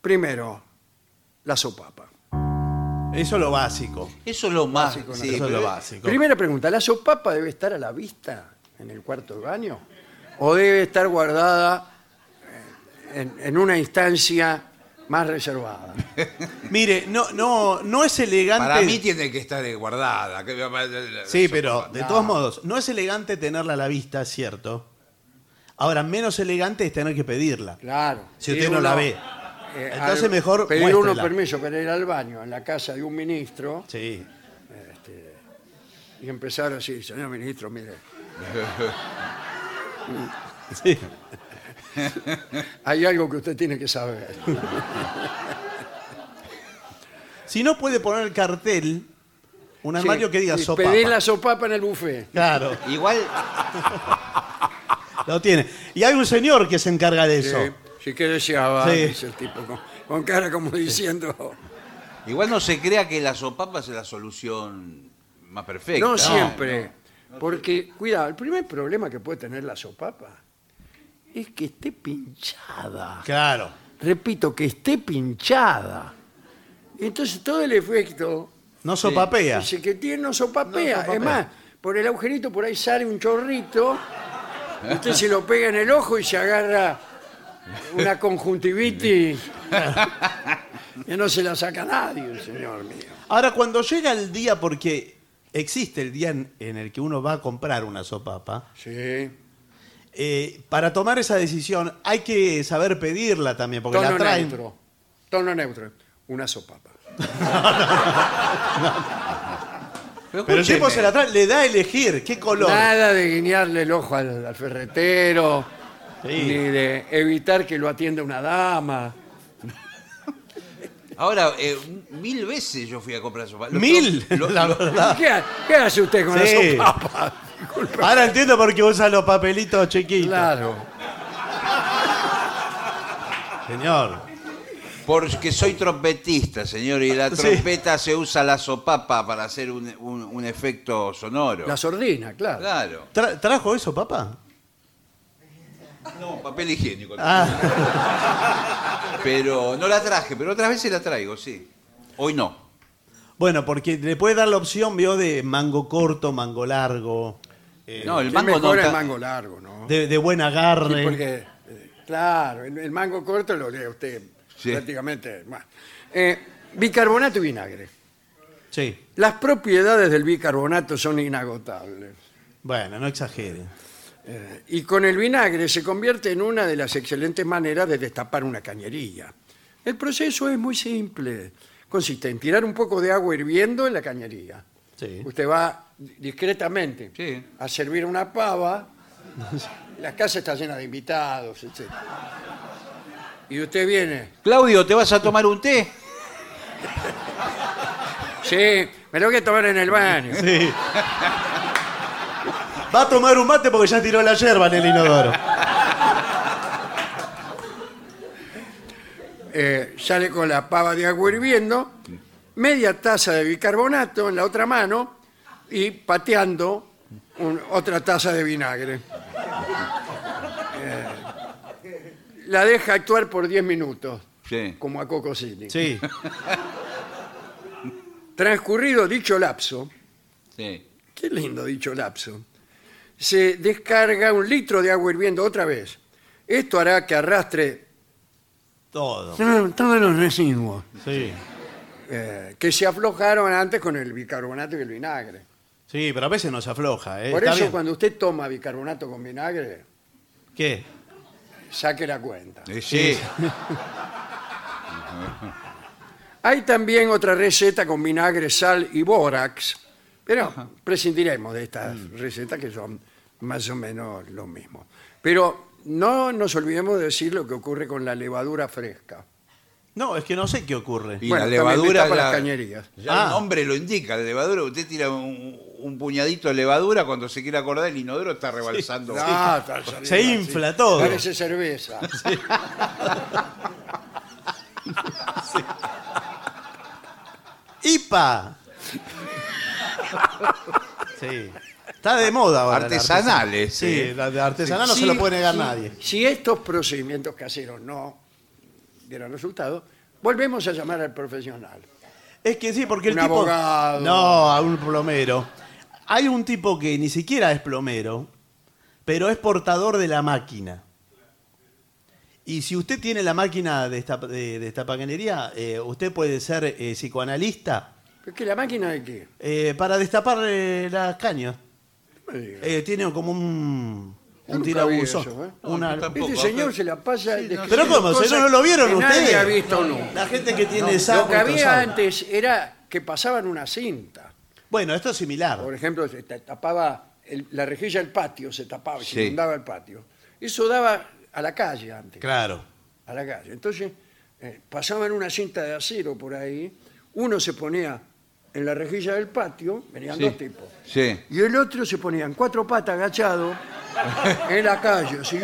Speaker 1: primero, la sopapa.
Speaker 2: Eso es lo básico.
Speaker 3: Eso es lo más.
Speaker 1: Básico,
Speaker 3: sí,
Speaker 2: Eso es lo
Speaker 3: pero-
Speaker 2: básico.
Speaker 1: Primera pregunta, ¿la sopapa debe estar a la vista en el cuarto de baño? ¿O debe estar guardada eh, en, en una instancia más reservada?
Speaker 2: Mire, no, no, no es elegante...
Speaker 3: Para mí tiene que estar eh, guardada. que-
Speaker 2: Sí,
Speaker 3: eso-
Speaker 2: pero de todos modos, no es elegante tenerla a la vista, cierto. Ahora, menos elegante es tener que pedirla.
Speaker 1: Claro.
Speaker 2: Si
Speaker 1: Pedir
Speaker 2: usted no la
Speaker 1: uno,
Speaker 2: ve.
Speaker 1: eh,
Speaker 2: Entonces
Speaker 1: algo-
Speaker 2: mejor
Speaker 1: Pedir uno
Speaker 2: muéstrela.
Speaker 1: permiso para ir al baño en la casa de un ministro
Speaker 2: Sí.
Speaker 1: y empezar así, señor ministro, mire,
Speaker 2: sí.
Speaker 1: hay algo que usted tiene que saber.
Speaker 2: Si no puede poner el cartel, un
Speaker 1: Sí,
Speaker 2: armario que diga
Speaker 1: y
Speaker 2: sopa.
Speaker 1: Pedir la sopapa en el buffet.
Speaker 2: Claro,
Speaker 3: Igual,
Speaker 2: lo tiene. Y hay un señor que se encarga de eso.
Speaker 1: Sí, sí que Eh, deseaba,
Speaker 2: Sí.
Speaker 1: dice el tipo, con, con cara como diciendo...
Speaker 3: igual no se crea que la sopapa es la solución más perfecta.
Speaker 1: No siempre. Porque, cuidado, el primer problema que puede tener la sopapa es que esté pinchada.
Speaker 2: Claro.
Speaker 1: Repito, que esté pinchada. Entonces todo el efecto
Speaker 2: No sopapea.
Speaker 1: dice que tiene no sopapea.
Speaker 2: No sopapea.
Speaker 1: Es más, por el agujerito por ahí sale un chorrito. Usted se lo pega en el ojo y se agarra una conjuntivitis. que no se la saca nadie, señor mío.
Speaker 2: Ahora, cuando llega el día, porque existe el día en, en el que uno va a comprar una sopapa,
Speaker 1: Sí.
Speaker 2: eh, para tomar esa decisión hay que saber pedirla también, porque
Speaker 1: Tono
Speaker 2: la traen.
Speaker 1: neutro. Tono neutro. Una sopapa.
Speaker 2: Pero el tipo
Speaker 3: escúcheme,
Speaker 2: se la trae, le da a elegir qué color.
Speaker 1: Nada de guiñarle el ojo al, al ferretero,
Speaker 2: Sí.
Speaker 1: ni de evitar que lo atienda una dama.
Speaker 3: Ahora, eh, m- mil veces yo fui a comprar sopa. Lo-
Speaker 2: Mil,
Speaker 3: lo-
Speaker 2: la
Speaker 3: lo-
Speaker 2: verdad.
Speaker 1: ¿Qué, ha- qué hace usted con
Speaker 2: Sí.
Speaker 1: la sopapa? Disculpe.
Speaker 2: Ahora entiendo por qué usa los papelitos chiquitos.
Speaker 1: Claro.
Speaker 2: Señor.
Speaker 3: Porque soy trompetista, señor, y la
Speaker 2: Sí.
Speaker 3: trompeta se usa la sopapa para hacer un, un- un efecto sonoro.
Speaker 1: La sordina, claro.
Speaker 3: Claro.
Speaker 2: Tra- ¿Trajo eso, papá?
Speaker 3: No, papel higiénico.
Speaker 2: Ah,
Speaker 3: Pero no la traje, pero otras veces la traigo, sí. Hoy no.
Speaker 2: bueno, porque le puede dar la opción, vio, de mango corto, mango largo, eh,
Speaker 3: No, el
Speaker 1: Sí,
Speaker 3: mango no.
Speaker 1: mejor el
Speaker 3: está-
Speaker 1: mango largo, ¿no?
Speaker 2: de, de buen
Speaker 1: Sí,
Speaker 2: agarre.
Speaker 1: porque, eh, claro, el, el mango corto lo lee usted
Speaker 3: Sí.
Speaker 1: prácticamente. bueno. Eh, bicarbonato y vinagre.
Speaker 2: Sí.
Speaker 1: Las propiedades del bicarbonato son inagotables.
Speaker 2: Bueno, no exagere.
Speaker 1: Eh, y con el vinagre se convierte en una de las excelentes maneras de destapar una cañería. El proceso es muy simple. Consiste en tirar un poco de agua hirviendo en la cañería.
Speaker 2: Sí.
Speaker 1: Usted va discretamente
Speaker 3: Sí.
Speaker 1: a servir una pava. La casa está llena de invitados, etc. Y usted viene.
Speaker 3: Claudio, ¿te vas a tomar un té?
Speaker 1: Sí, me lo voy a tomar en el baño.
Speaker 2: Sí. Va a tomar un mate porque ya tiró la yerba en el inodoro.
Speaker 1: eh, sale con la pava de agua hirviendo, media taza de bicarbonato en la otra mano y pateando un- otra taza de vinagre. Eh, la deja actuar por 10 minutos,
Speaker 3: Sí.
Speaker 1: como a Coco Cini.
Speaker 2: Sí.
Speaker 1: Transcurrido dicho lapso,
Speaker 3: Sí.
Speaker 1: Qué lindo dicho lapso. Se descarga un litro de agua hirviendo otra vez. Esto hará que arrastre
Speaker 2: Todo.
Speaker 1: Todo- todos los residuos
Speaker 2: Sí.
Speaker 1: eh, que se aflojaron antes con el bicarbonato y el vinagre.
Speaker 2: Sí, pero a veces nos afloja, ¿eh?
Speaker 1: Por
Speaker 2: Está
Speaker 1: eso
Speaker 2: bien.
Speaker 1: cuando usted toma bicarbonato con vinagre,
Speaker 2: ¿Qué?
Speaker 1: saque la cuenta.
Speaker 3: Eh, sí.
Speaker 1: Hay también otra receta con vinagre, sal y bórax, pero prescindiremos de estas
Speaker 2: Mm.
Speaker 1: recetas que son más o menos lo mismo. Pero no nos olvidemos de decir lo que ocurre con la levadura fresca.
Speaker 2: No, es que no sé qué ocurre.
Speaker 3: Y
Speaker 1: Bueno,
Speaker 3: la
Speaker 1: también
Speaker 3: levadura.
Speaker 1: está para
Speaker 3: la-
Speaker 1: las cañerías.
Speaker 3: Ya el
Speaker 2: Ah.
Speaker 3: nombre lo indica, la levadura. Usted tira un, un puñadito de levadura cuando se quiere acordar, el inodoro está rebalsando.
Speaker 1: Ah, está saliendo
Speaker 2: Se
Speaker 1: así.
Speaker 2: infla todo.
Speaker 1: Parece cerveza.
Speaker 2: ¡Ipa! Sí. Está de moda ahora. la
Speaker 3: Artesanales,
Speaker 2: artesana.
Speaker 3: sí.
Speaker 2: Sí, la de artesanal no
Speaker 1: ¿eh? Sí,
Speaker 2: se lo puede negar
Speaker 1: sí.
Speaker 2: nadie.
Speaker 1: Si estos procedimientos caseros no dieron resultado, volvemos a llamar al profesional.
Speaker 2: Es que sí, porque el
Speaker 1: Un
Speaker 2: tipo.
Speaker 1: abogado.
Speaker 2: No, a un plomero. Hay un tipo que ni siquiera es plomero, pero es portador de la máquina. Y si usted tiene la máquina de esta, de, de esta pacanería, eh, usted puede ser eh, psicoanalista
Speaker 1: ¿Pero qué, la máquina de qué?
Speaker 2: eh, para destapar eh, las cañas.
Speaker 1: No me diga.
Speaker 2: Eh, tiene como un, un
Speaker 1: Nunca vi
Speaker 2: tirabuzo.
Speaker 1: eso, ¿eh?
Speaker 3: No,
Speaker 2: Una-
Speaker 3: yo tampoco.
Speaker 1: Este
Speaker 3: poco,
Speaker 1: señor
Speaker 3: pero-
Speaker 1: se la pasa... describiendo
Speaker 2: Pero ¿cómo?
Speaker 1: cosas
Speaker 2: ¿No lo vieron
Speaker 1: que Nadie
Speaker 2: ustedes?
Speaker 1: ha visto nunca.
Speaker 2: La gente que tiene
Speaker 1: Lo
Speaker 2: sapo
Speaker 1: que
Speaker 2: y
Speaker 1: había
Speaker 2: tosado.
Speaker 1: antes era que pasaban una cinta.
Speaker 2: Bueno, esto es
Speaker 1: Por
Speaker 2: similar.
Speaker 1: ejemplo, se ta- tapaba el- la rejilla del patio, se tapaba, se
Speaker 3: Sí.
Speaker 1: inundaba el patio. Eso daba a la calle antes.
Speaker 2: Claro.
Speaker 1: a la calle. Entonces eh, pasaban una cinta de acero por ahí, uno se ponía en la rejilla del patio, venían
Speaker 3: Sí.
Speaker 1: dos tipos,
Speaker 3: Sí.
Speaker 1: y el otro se ponía en cuatro patas agachado en la calle, ¿sí?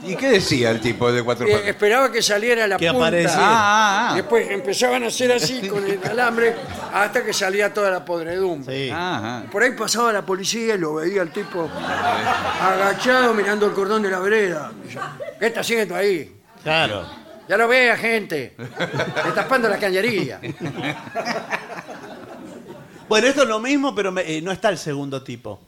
Speaker 3: ¿Y qué decía el tipo de cuatro
Speaker 1: Eh,
Speaker 3: patas?
Speaker 1: esperaba que saliera la
Speaker 2: Que
Speaker 1: punta.
Speaker 2: apareciera.
Speaker 3: Ah, ah, ah.
Speaker 1: Después empezaban a hacer así con el alambre hasta que salía toda la podredumbre.
Speaker 2: Sí.
Speaker 3: Ah, ah.
Speaker 1: Por ahí pasaba la policía y lo veía el tipo agachado mirando el cordón de la vereda. Y yo, ¿Qué está haciendo ahí?
Speaker 2: Claro.
Speaker 1: Ya lo vea, gente. Está tapando la cañería.
Speaker 2: Bueno, esto es lo mismo, pero me- eh, no está el segundo tipo.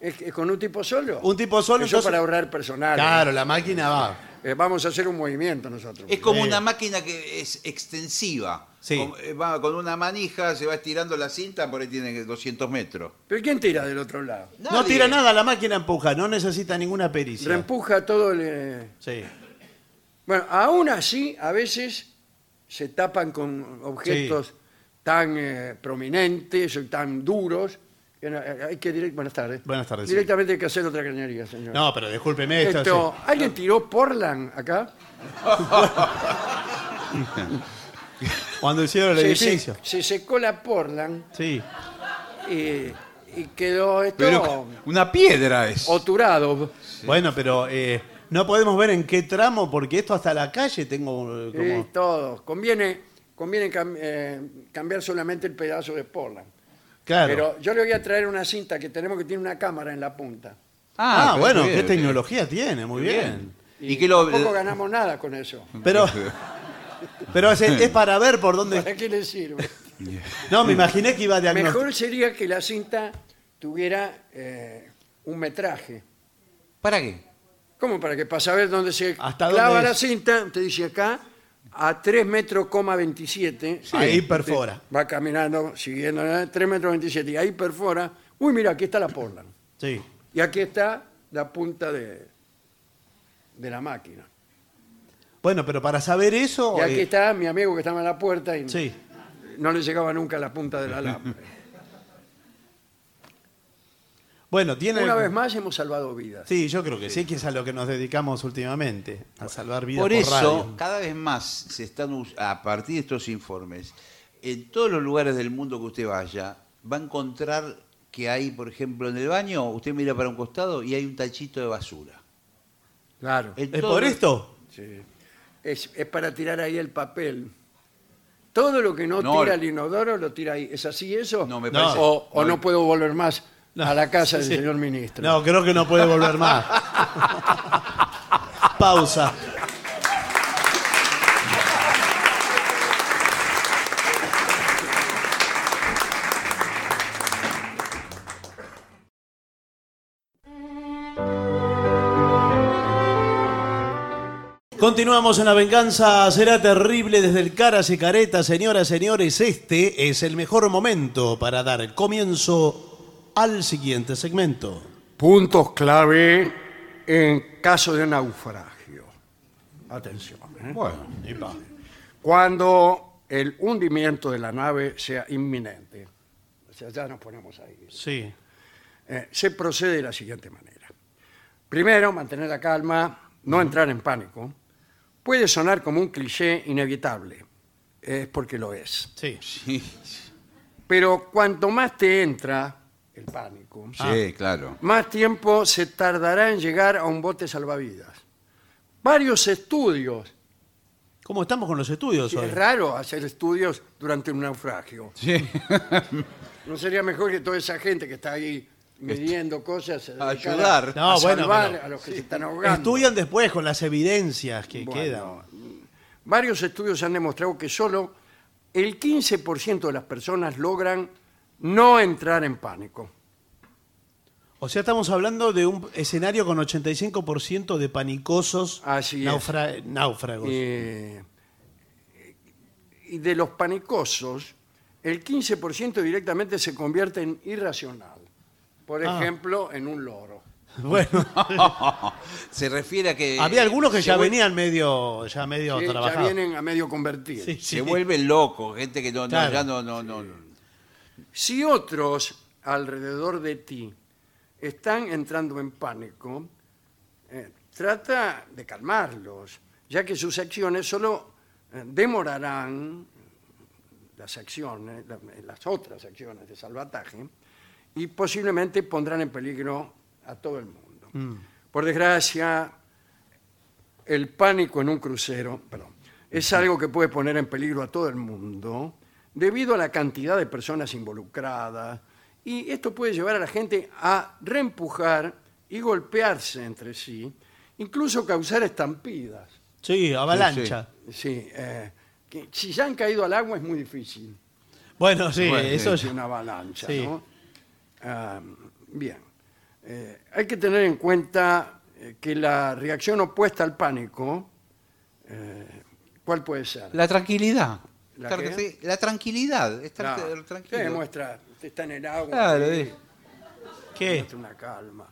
Speaker 1: ¿Es, es con un tipo solo?
Speaker 2: Un tipo solo,
Speaker 1: Eso
Speaker 2: entonces-
Speaker 1: para ahorrar personal.
Speaker 2: Claro, la máquina va.
Speaker 1: Eh, vamos a hacer un movimiento nosotros.
Speaker 3: Es como
Speaker 2: Sí.
Speaker 3: una máquina que es extensiva.
Speaker 2: Sí.
Speaker 3: Con, eh, va con una manija, se va estirando la cinta, por ahí tiene 200 metros.
Speaker 1: ¿Pero quién tira del otro lado?
Speaker 2: No
Speaker 3: Nadie.
Speaker 2: tira nada, la máquina empuja, no necesita ninguna pericia.
Speaker 1: Reempuja todo el... eh,
Speaker 2: Sí.
Speaker 1: Bueno, aún así, a veces se tapan con objetos tan eh, prominentes o tan duros. que no- eh, hay que direct- Buenas tardes.
Speaker 2: Buenas tardes, sí.
Speaker 1: Directamente hay que hacer otra cañería, señor.
Speaker 2: No, pero discúlpeme esto.
Speaker 1: Esto,
Speaker 2: sí.
Speaker 1: ¿Alguien tiró Portland acá?
Speaker 2: Cuando hicieron el
Speaker 1: Se,
Speaker 2: edificio.
Speaker 1: se- se secó la Portland
Speaker 2: Sí.
Speaker 1: y, y quedó esto
Speaker 3: Pero una piedra es.
Speaker 1: oturado.
Speaker 2: Bueno, pero eh, no podemos ver en qué tramo, porque esto hasta la calle tengo eh,
Speaker 1: Sí,
Speaker 2: como.
Speaker 1: todo. Conviene, conviene cam- eh, cambiar solamente el pedazo de Portland.
Speaker 2: Claro.
Speaker 1: Pero yo le voy a traer una cinta que tenemos que tiene una cámara en la punta.
Speaker 2: Ah,
Speaker 3: pero
Speaker 2: bueno,
Speaker 3: bien,
Speaker 2: qué
Speaker 3: bien.
Speaker 2: tecnología tiene, muy bien.
Speaker 3: Y que lo. eh,
Speaker 1: Tampoco ganamos nada con eso.
Speaker 2: Pero, pero es, es para ver por dónde.
Speaker 1: ¿Para qué le sirve?
Speaker 2: No, me imaginé que iba a diagnosticar.
Speaker 1: Mejor sería que la cinta tuviera eh, un metraje.
Speaker 3: ¿Para qué?
Speaker 1: ¿Cómo? Para que para saber dónde se
Speaker 2: ¿Hasta
Speaker 1: clava
Speaker 2: dónde
Speaker 1: la
Speaker 2: es?
Speaker 1: cinta, te dice acá, a 3 metros, coma 27.
Speaker 2: Ahí perfora.
Speaker 1: Va caminando, siguiendo, 3 metros 27. Y ahí perfora. Uy, mira, aquí está la Portland.
Speaker 2: Sí.
Speaker 1: Y aquí está la punta de, de la máquina.
Speaker 2: Bueno, pero para saber eso.
Speaker 1: Y aquí
Speaker 2: eh,
Speaker 1: está mi amigo que estaba en la puerta y
Speaker 2: Sí.
Speaker 1: no le llegaba nunca la punta del alambre.
Speaker 2: Bueno, tiene.
Speaker 1: Una vez más hemos salvado vidas.
Speaker 2: Sí, yo creo que sí, que es a lo que nos dedicamos últimamente, a salvar vidas
Speaker 3: Por
Speaker 2: por,
Speaker 3: eso,
Speaker 2: radio.
Speaker 3: cada vez más se están us- a partir de estos informes, en todos los lugares del mundo que usted vaya, va a encontrar que hay, por ejemplo, en el baño, usted mira para un costado y hay un tachito de basura.
Speaker 1: Claro.
Speaker 3: En
Speaker 2: ¿Es
Speaker 3: todos
Speaker 2: por
Speaker 3: los-
Speaker 2: esto?
Speaker 1: Sí. Es, es para tirar ahí el papel. Todo lo que no,
Speaker 3: No.
Speaker 1: tira el inodoro lo tira ahí. ¿Es así eso?
Speaker 3: No, me
Speaker 2: No.
Speaker 3: parece.
Speaker 1: o, o no
Speaker 3: me-
Speaker 1: puedo volver más
Speaker 2: No.
Speaker 1: a la casa del
Speaker 2: Sí.
Speaker 1: señor ministro.
Speaker 2: No, creo que no puede volver más. Pausa. Continuamos en la venganza. Será terrible desde el caras y caretas, señoras, señores. Este es el mejor momento para dar el comienzo al siguiente segmento.
Speaker 1: Puntos clave en caso de naufragio. Atención. ¿eh?
Speaker 3: Bueno,
Speaker 1: Cuando el hundimiento de la nave sea inminente, o sea, ya nos ponemos ahí,
Speaker 2: Sí.
Speaker 1: eh, se procede de la siguiente manera. Primero, mantener la calma, no entrar en pánico. Puede sonar como un cliché inevitable, es porque lo es.
Speaker 2: Sí.
Speaker 3: sí,
Speaker 1: Pero cuanto más te entra el
Speaker 2: Ah.
Speaker 1: pánico,
Speaker 3: sí, Ah. claro.
Speaker 1: más tiempo se tardará en llegar a un bote salvavidas. Varios estudios,
Speaker 2: ¿Cómo estamos con los estudios hoy?
Speaker 1: es raro hacer estudios durante un naufragio.
Speaker 3: Sí.
Speaker 1: ¿No sería mejor que toda esa gente que está ahí midiendo cosas se dedicara
Speaker 3: ayudar.
Speaker 1: a
Speaker 2: No, bueno,
Speaker 1: salvar
Speaker 2: pero-
Speaker 1: a los que se están ahogando?
Speaker 2: Estudian después con las evidencias que
Speaker 1: Bueno,
Speaker 2: quedan.
Speaker 1: Varios estudios han demostrado que solo el 15% de las personas logran no entrar en pánico.
Speaker 2: O sea, estamos hablando de un escenario con 85% de panicosos
Speaker 1: Así es.
Speaker 2: naufra- náufragos.
Speaker 1: Eh, y de los panicosos, el 15% directamente se convierte en irracional. Por
Speaker 2: Ah.
Speaker 1: ejemplo, en un loro.
Speaker 2: Bueno,
Speaker 3: Se refiere a que.
Speaker 2: había algunos que
Speaker 3: se
Speaker 2: ya
Speaker 3: vuel-
Speaker 2: venían medio, ya medio
Speaker 1: Que ya
Speaker 2: trabajados.
Speaker 1: vienen a medio convertidos.
Speaker 2: Sí, sí.
Speaker 3: Se vuelven locos, gente que no, no,
Speaker 2: Claro.
Speaker 3: ya no, no, no.
Speaker 1: Si otros alrededor de ti están entrando en pánico, eh, trata de calmarlos, ya que sus acciones solo eh, demorarán eh, las acciones, la- eh, las otras acciones de salvataje, y posiblemente pondrán en peligro a todo el mundo. Por desgracia, el pánico en un crucero perdón, es algo que puede poner en peligro a todo el mundo debido a la cantidad de personas involucradas y esto puede llevar a la gente a reempujar y golpearse entre sí, incluso causar estampidas.
Speaker 2: Sí, avalancha.
Speaker 3: Sí,
Speaker 1: Sí, eh, que si ya han caído al agua es muy difícil
Speaker 2: Bueno, sí,
Speaker 3: Bueno,
Speaker 2: eso
Speaker 1: de
Speaker 2: ya-
Speaker 1: una avalancha,
Speaker 2: Sí.
Speaker 1: ¿no? Ah, bien. Eh, hay que tener en cuenta eh, que la reacción opuesta al pánico, eh, ¿cuál puede ser?
Speaker 3: La tranquilidad.
Speaker 1: ¿La
Speaker 3: Estar-
Speaker 1: qué?
Speaker 3: sí, la tranquilidad, estar
Speaker 1: Claro.
Speaker 3: eh, tranquilo.
Speaker 1: Sí, muestra, está en el agua,
Speaker 3: Claro,
Speaker 1: ahí,
Speaker 3: eh.
Speaker 2: ¿Qué?
Speaker 1: muestra una calma.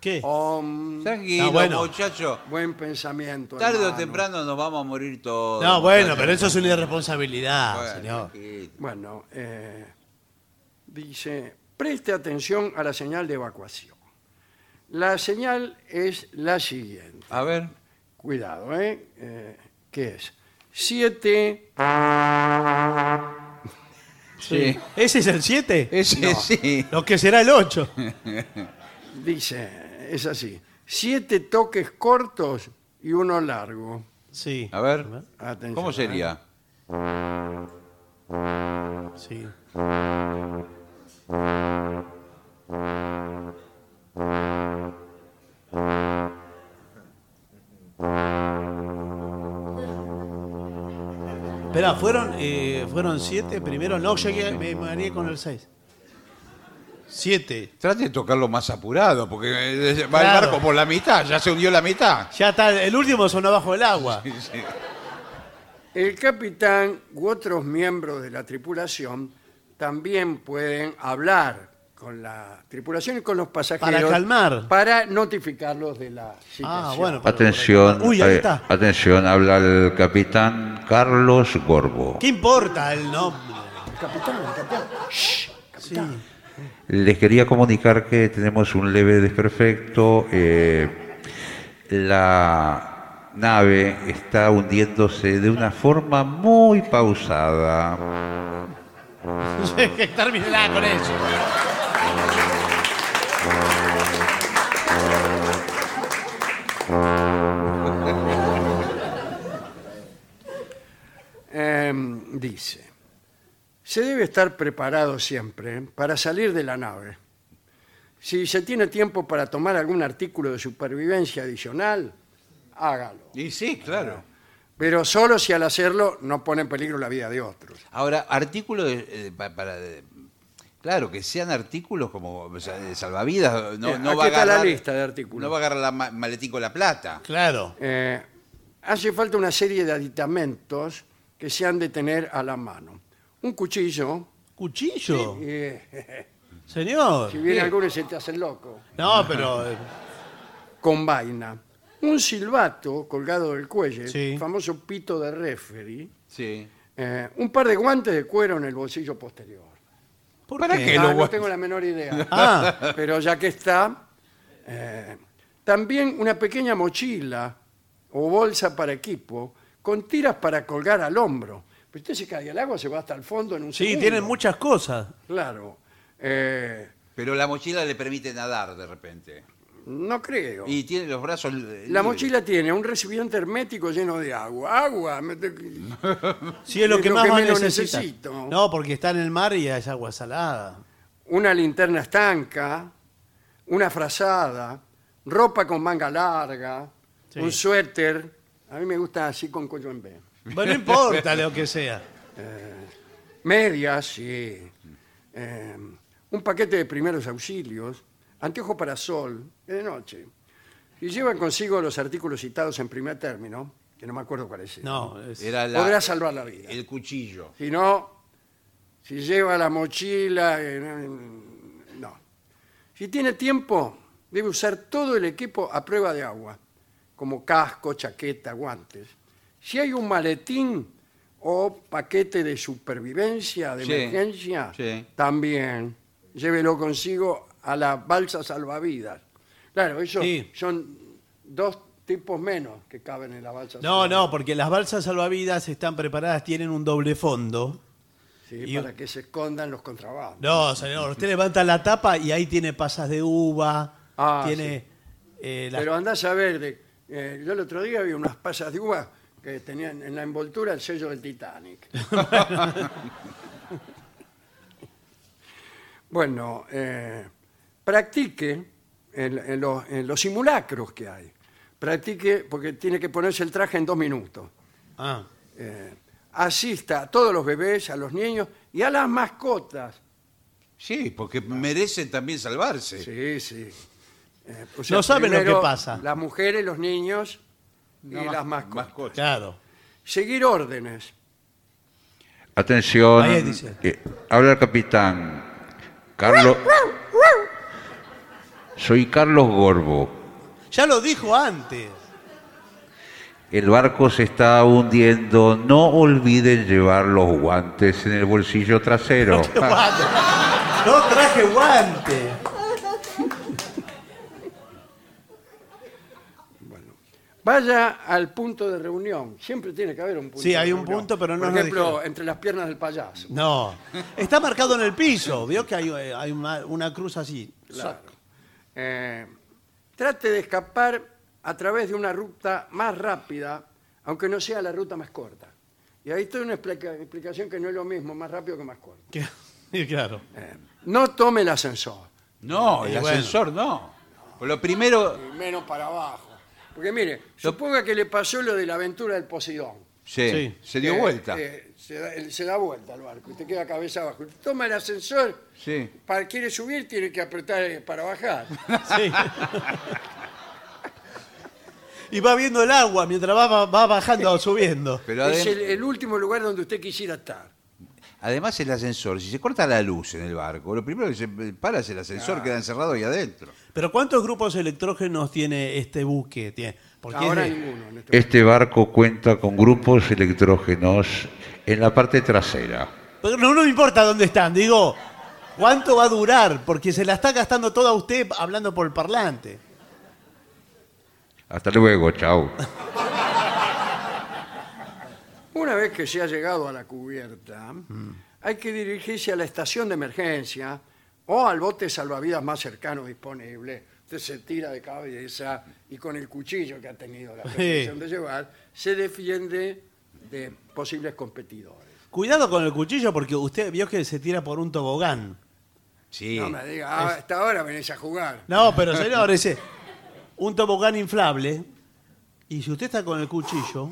Speaker 2: ¿Qué?
Speaker 1: Oh, Om,
Speaker 3: Tranquilo,
Speaker 2: No, Ah, bueno.
Speaker 3: muchacho.
Speaker 1: buen pensamiento.
Speaker 3: Tarde o
Speaker 1: hermano.
Speaker 3: temprano nos vamos a morir todos.
Speaker 2: No, bueno,
Speaker 3: muchacho.
Speaker 2: pero eso es una irresponsabilidad,
Speaker 3: Bueno,
Speaker 2: señor.
Speaker 3: tranquilo.
Speaker 1: Bueno, eh, dice, preste atención a la señal de evacuación. La señal es la siguiente.
Speaker 3: A ver.
Speaker 1: Cuidado, ¿eh? Eh, ¿Qué es? Siete.
Speaker 3: Sí.
Speaker 2: ¿Ese es el 7?
Speaker 3: Ese sí.
Speaker 2: Lo que será el 8.
Speaker 1: Dice, es así. Siete toques cortos y uno largo.
Speaker 2: Sí.
Speaker 3: A ver.
Speaker 1: Atención,
Speaker 3: ¿Cómo sería?
Speaker 2: Sí. Espera, fueron, eh, fueron siete primero. No, llegué, me mareé con el 6. Siete.
Speaker 3: Trate de tocarlo más apurado, porque eh, va el
Speaker 2: Claro.
Speaker 3: barco por la mitad, ya se hundió la mitad.
Speaker 2: Ya está, el último sonó bajo el agua.
Speaker 1: El capitán u otros miembros de la tripulación también pueden hablar con la tripulación y con los pasajeros.
Speaker 2: Para calmar.
Speaker 1: Para notificarlos de la situación.
Speaker 2: Ah, bueno. pero-
Speaker 5: Atención,
Speaker 2: Uy, ahí
Speaker 5: eh,
Speaker 2: está.
Speaker 5: atención, habla el capitán Carlos Gorbo.
Speaker 2: ¿Qué importa el nombre?
Speaker 1: Capitán, capitán. Shh,
Speaker 2: Sí.
Speaker 1: capitán.
Speaker 5: Les quería comunicar que tenemos un leve desperfecto. eh, la nave está hundiéndose de una forma muy pausada.
Speaker 2: que terminará con eso.
Speaker 1: Eh, dice, se debe estar preparado siempre para salir de la nave. Si se tiene tiempo para tomar algún artículo de supervivencia adicional, hágalo.
Speaker 3: Y sí, claro.
Speaker 1: Pero solo si al hacerlo no pone en peligro la vida de otros.
Speaker 3: Ahora, artículos de- eh, pa- para... de- claro, que sean artículos como o sea, de salvavidas. No,
Speaker 1: Eh,
Speaker 3: no
Speaker 1: aquí
Speaker 3: va a
Speaker 1: está la
Speaker 3: agarrar-
Speaker 1: lista de artículos.
Speaker 3: No va a agarrar la ma- maletín con la plata.
Speaker 2: Claro.
Speaker 1: Eh, hace falta una serie de aditamentos que se han de tener a la mano. Un cuchillo,
Speaker 2: ¿Cuchillo?
Speaker 1: eh,
Speaker 2: Señor.
Speaker 1: si viene alguno y se te hace loco,
Speaker 2: No, pero. eh,
Speaker 1: con vaina. Un silbato colgado del cuello,
Speaker 2: Sí.
Speaker 1: el famoso pito de referee.
Speaker 3: Sí.
Speaker 1: eh, un par de guantes de cuero en el bolsillo posterior.
Speaker 2: ¿por
Speaker 6: ¿Para qué?
Speaker 1: Ah,
Speaker 6: los
Speaker 1: no
Speaker 6: guantes?
Speaker 1: tengo la menor idea.
Speaker 2: Ah,
Speaker 1: Pero ya que está, eh, también una pequeña mochila o bolsa para equipo con tiras para colgar al hombro. Pero usted se cae al agua, se va hasta el fondo en un
Speaker 2: sí,
Speaker 1: segundo.
Speaker 2: tienen muchas cosas.
Speaker 1: Claro. Eh,
Speaker 3: Pero la mochila le permite nadar de repente.
Speaker 1: no creo.
Speaker 3: Y tiene los brazos. li-
Speaker 1: La
Speaker 3: libres.
Speaker 1: mochila tiene un recipiente hermético lleno de agua. Agua. me te-
Speaker 2: Sí, es lo
Speaker 1: Es
Speaker 2: que
Speaker 1: lo
Speaker 2: más
Speaker 1: que
Speaker 2: van a
Speaker 1: menos
Speaker 2: necesitar.
Speaker 1: necesito.
Speaker 2: No, porque está en el mar y hay agua salada.
Speaker 1: Una linterna estanca, una frazada, ropa con manga larga,
Speaker 2: Sí.
Speaker 1: un suéter. A mí me gusta así con cuello en B.
Speaker 2: Bueno, no importa lo que sea.
Speaker 1: medias y eh, un paquete de primeros auxilios, anteojos para sol, de noche. Y llevan consigo los artículos citados en primer término, que no me acuerdo cuáles eran.
Speaker 2: No, es-
Speaker 3: Era la-
Speaker 1: Podrá salvar la vida.
Speaker 3: El cuchillo.
Speaker 1: Si no, si lleva la mochila, eh, no, no. Si tiene tiempo, debe usar todo el equipo a prueba de agua, como casco, chaqueta, guantes. Si hay un maletín o paquete de supervivencia, de
Speaker 3: Sí,
Speaker 1: emergencia,
Speaker 3: sí.
Speaker 1: también llévelo consigo a la balsa salvavidas. Claro, eso
Speaker 2: Sí.
Speaker 1: son dos tipos menos que caben en la balsa
Speaker 2: no, no, porque las balsas salvavidas están preparadas, tienen un doble fondo.
Speaker 1: Sí,
Speaker 2: Y-
Speaker 1: para que se escondan los contrabandos.
Speaker 2: No, señor, usted levanta la tapa y ahí tiene pasas de uva,
Speaker 1: Ah,
Speaker 2: tiene eh, las-
Speaker 1: Pero andás a ver, de- eh, yo el otro día vi unas pasas de uva que tenían en la envoltura el sello del Titanic. bueno, eh, practique en, en los, en los simulacros que hay. Practique porque tiene que ponerse el traje en dos minutos.
Speaker 2: Ah,
Speaker 1: Eh, asista a todos los bebés, a los niños y a las mascotas.
Speaker 3: Sí, porque merecen también salvarse.
Speaker 1: Sí, sí. Eh, o
Speaker 2: No saben lo que
Speaker 1: primero
Speaker 2: pasa.
Speaker 1: Las mujeres, los niños y
Speaker 3: No,
Speaker 1: las
Speaker 3: mas-
Speaker 1: mascotas.
Speaker 2: claro.
Speaker 1: Seguir órdenes.
Speaker 5: Atención.
Speaker 2: Ahí dice.
Speaker 5: eh, habla el capitán. Carlos. Soy Carlos Gorbo.
Speaker 2: Ya lo dijo antes.
Speaker 5: El barco se está hundiendo. No olviden llevar los guantes en el bolsillo trasero.
Speaker 2: Guante. No traje guante.
Speaker 1: Vaya al punto de reunión. Siempre tiene que haber un punto.
Speaker 2: Sí,
Speaker 1: de
Speaker 2: hay un
Speaker 1: reunión.
Speaker 2: punto, pero no
Speaker 1: Por
Speaker 2: nos
Speaker 1: ejemplo,
Speaker 2: dijeron.
Speaker 1: entre las piernas del payaso.
Speaker 2: No, está marcado en el piso. Vio que hay, eh, hay una, una cruz así.
Speaker 1: Claro. Eh, trate de escapar a través de una ruta más rápida, aunque no sea la ruta más corta. Y ahí está una explica- explicación que no es lo mismo, más rápido que más corto.
Speaker 2: Que- y claro.
Speaker 1: No tome el ascensor.
Speaker 3: No,
Speaker 2: Y
Speaker 3: el
Speaker 2: bueno.
Speaker 3: ascensor no. Lo primero.
Speaker 1: y menos para abajo. Porque mire, suponga que le pasó lo de la aventura del Poseidón.
Speaker 3: Sí,
Speaker 2: Sí.
Speaker 3: se dio
Speaker 1: Eh,
Speaker 3: vuelta.
Speaker 1: eh, se, da, él se da vuelta al barco, usted queda cabeza abajo. Usted Toma el ascensor,
Speaker 3: Sí.
Speaker 1: para, quiere subir, tiene que apretar eh, para bajar.
Speaker 2: Sí. Y va viendo el agua mientras va, va- va bajando o subiendo.
Speaker 3: Pero
Speaker 1: es
Speaker 3: adem-
Speaker 1: el, el último lugar donde usted quisiera estar.
Speaker 3: además el ascensor, si se corta la luz en el barco, lo primero que se para es el ascensor, queda encerrado ahí adentro.
Speaker 2: Pero ¿cuántos grupos electrógenos tiene este buque? Tiene- porque
Speaker 1: Ahora
Speaker 2: es de-
Speaker 1: ninguno. en este
Speaker 5: Este barco cuenta con grupos electrógenos en la parte trasera.
Speaker 2: Pero no, no me importa dónde están, digo, ¿cuánto va a durar? Porque se la está gastando toda usted hablando por el parlante.
Speaker 5: Hasta luego, chao.
Speaker 1: momento. Una vez que se ha llegado a la cubierta,
Speaker 3: Mm.
Speaker 1: hay que dirigirse a la estación de emergencia o al bote salvavidas más cercano disponible. Usted se tira de cabeza y con el cuchillo que ha tenido la pretensión de llevar, se defiende de posibles competidores.
Speaker 2: Cuidado con el cuchillo porque usted vio que se tira por un tobogán.
Speaker 3: Sí.
Speaker 1: No me diga, "Ah, hasta ahora venís a jugar.
Speaker 2: No, pero señor, ese un tobogán inflable. Y si usted está con el cuchillo,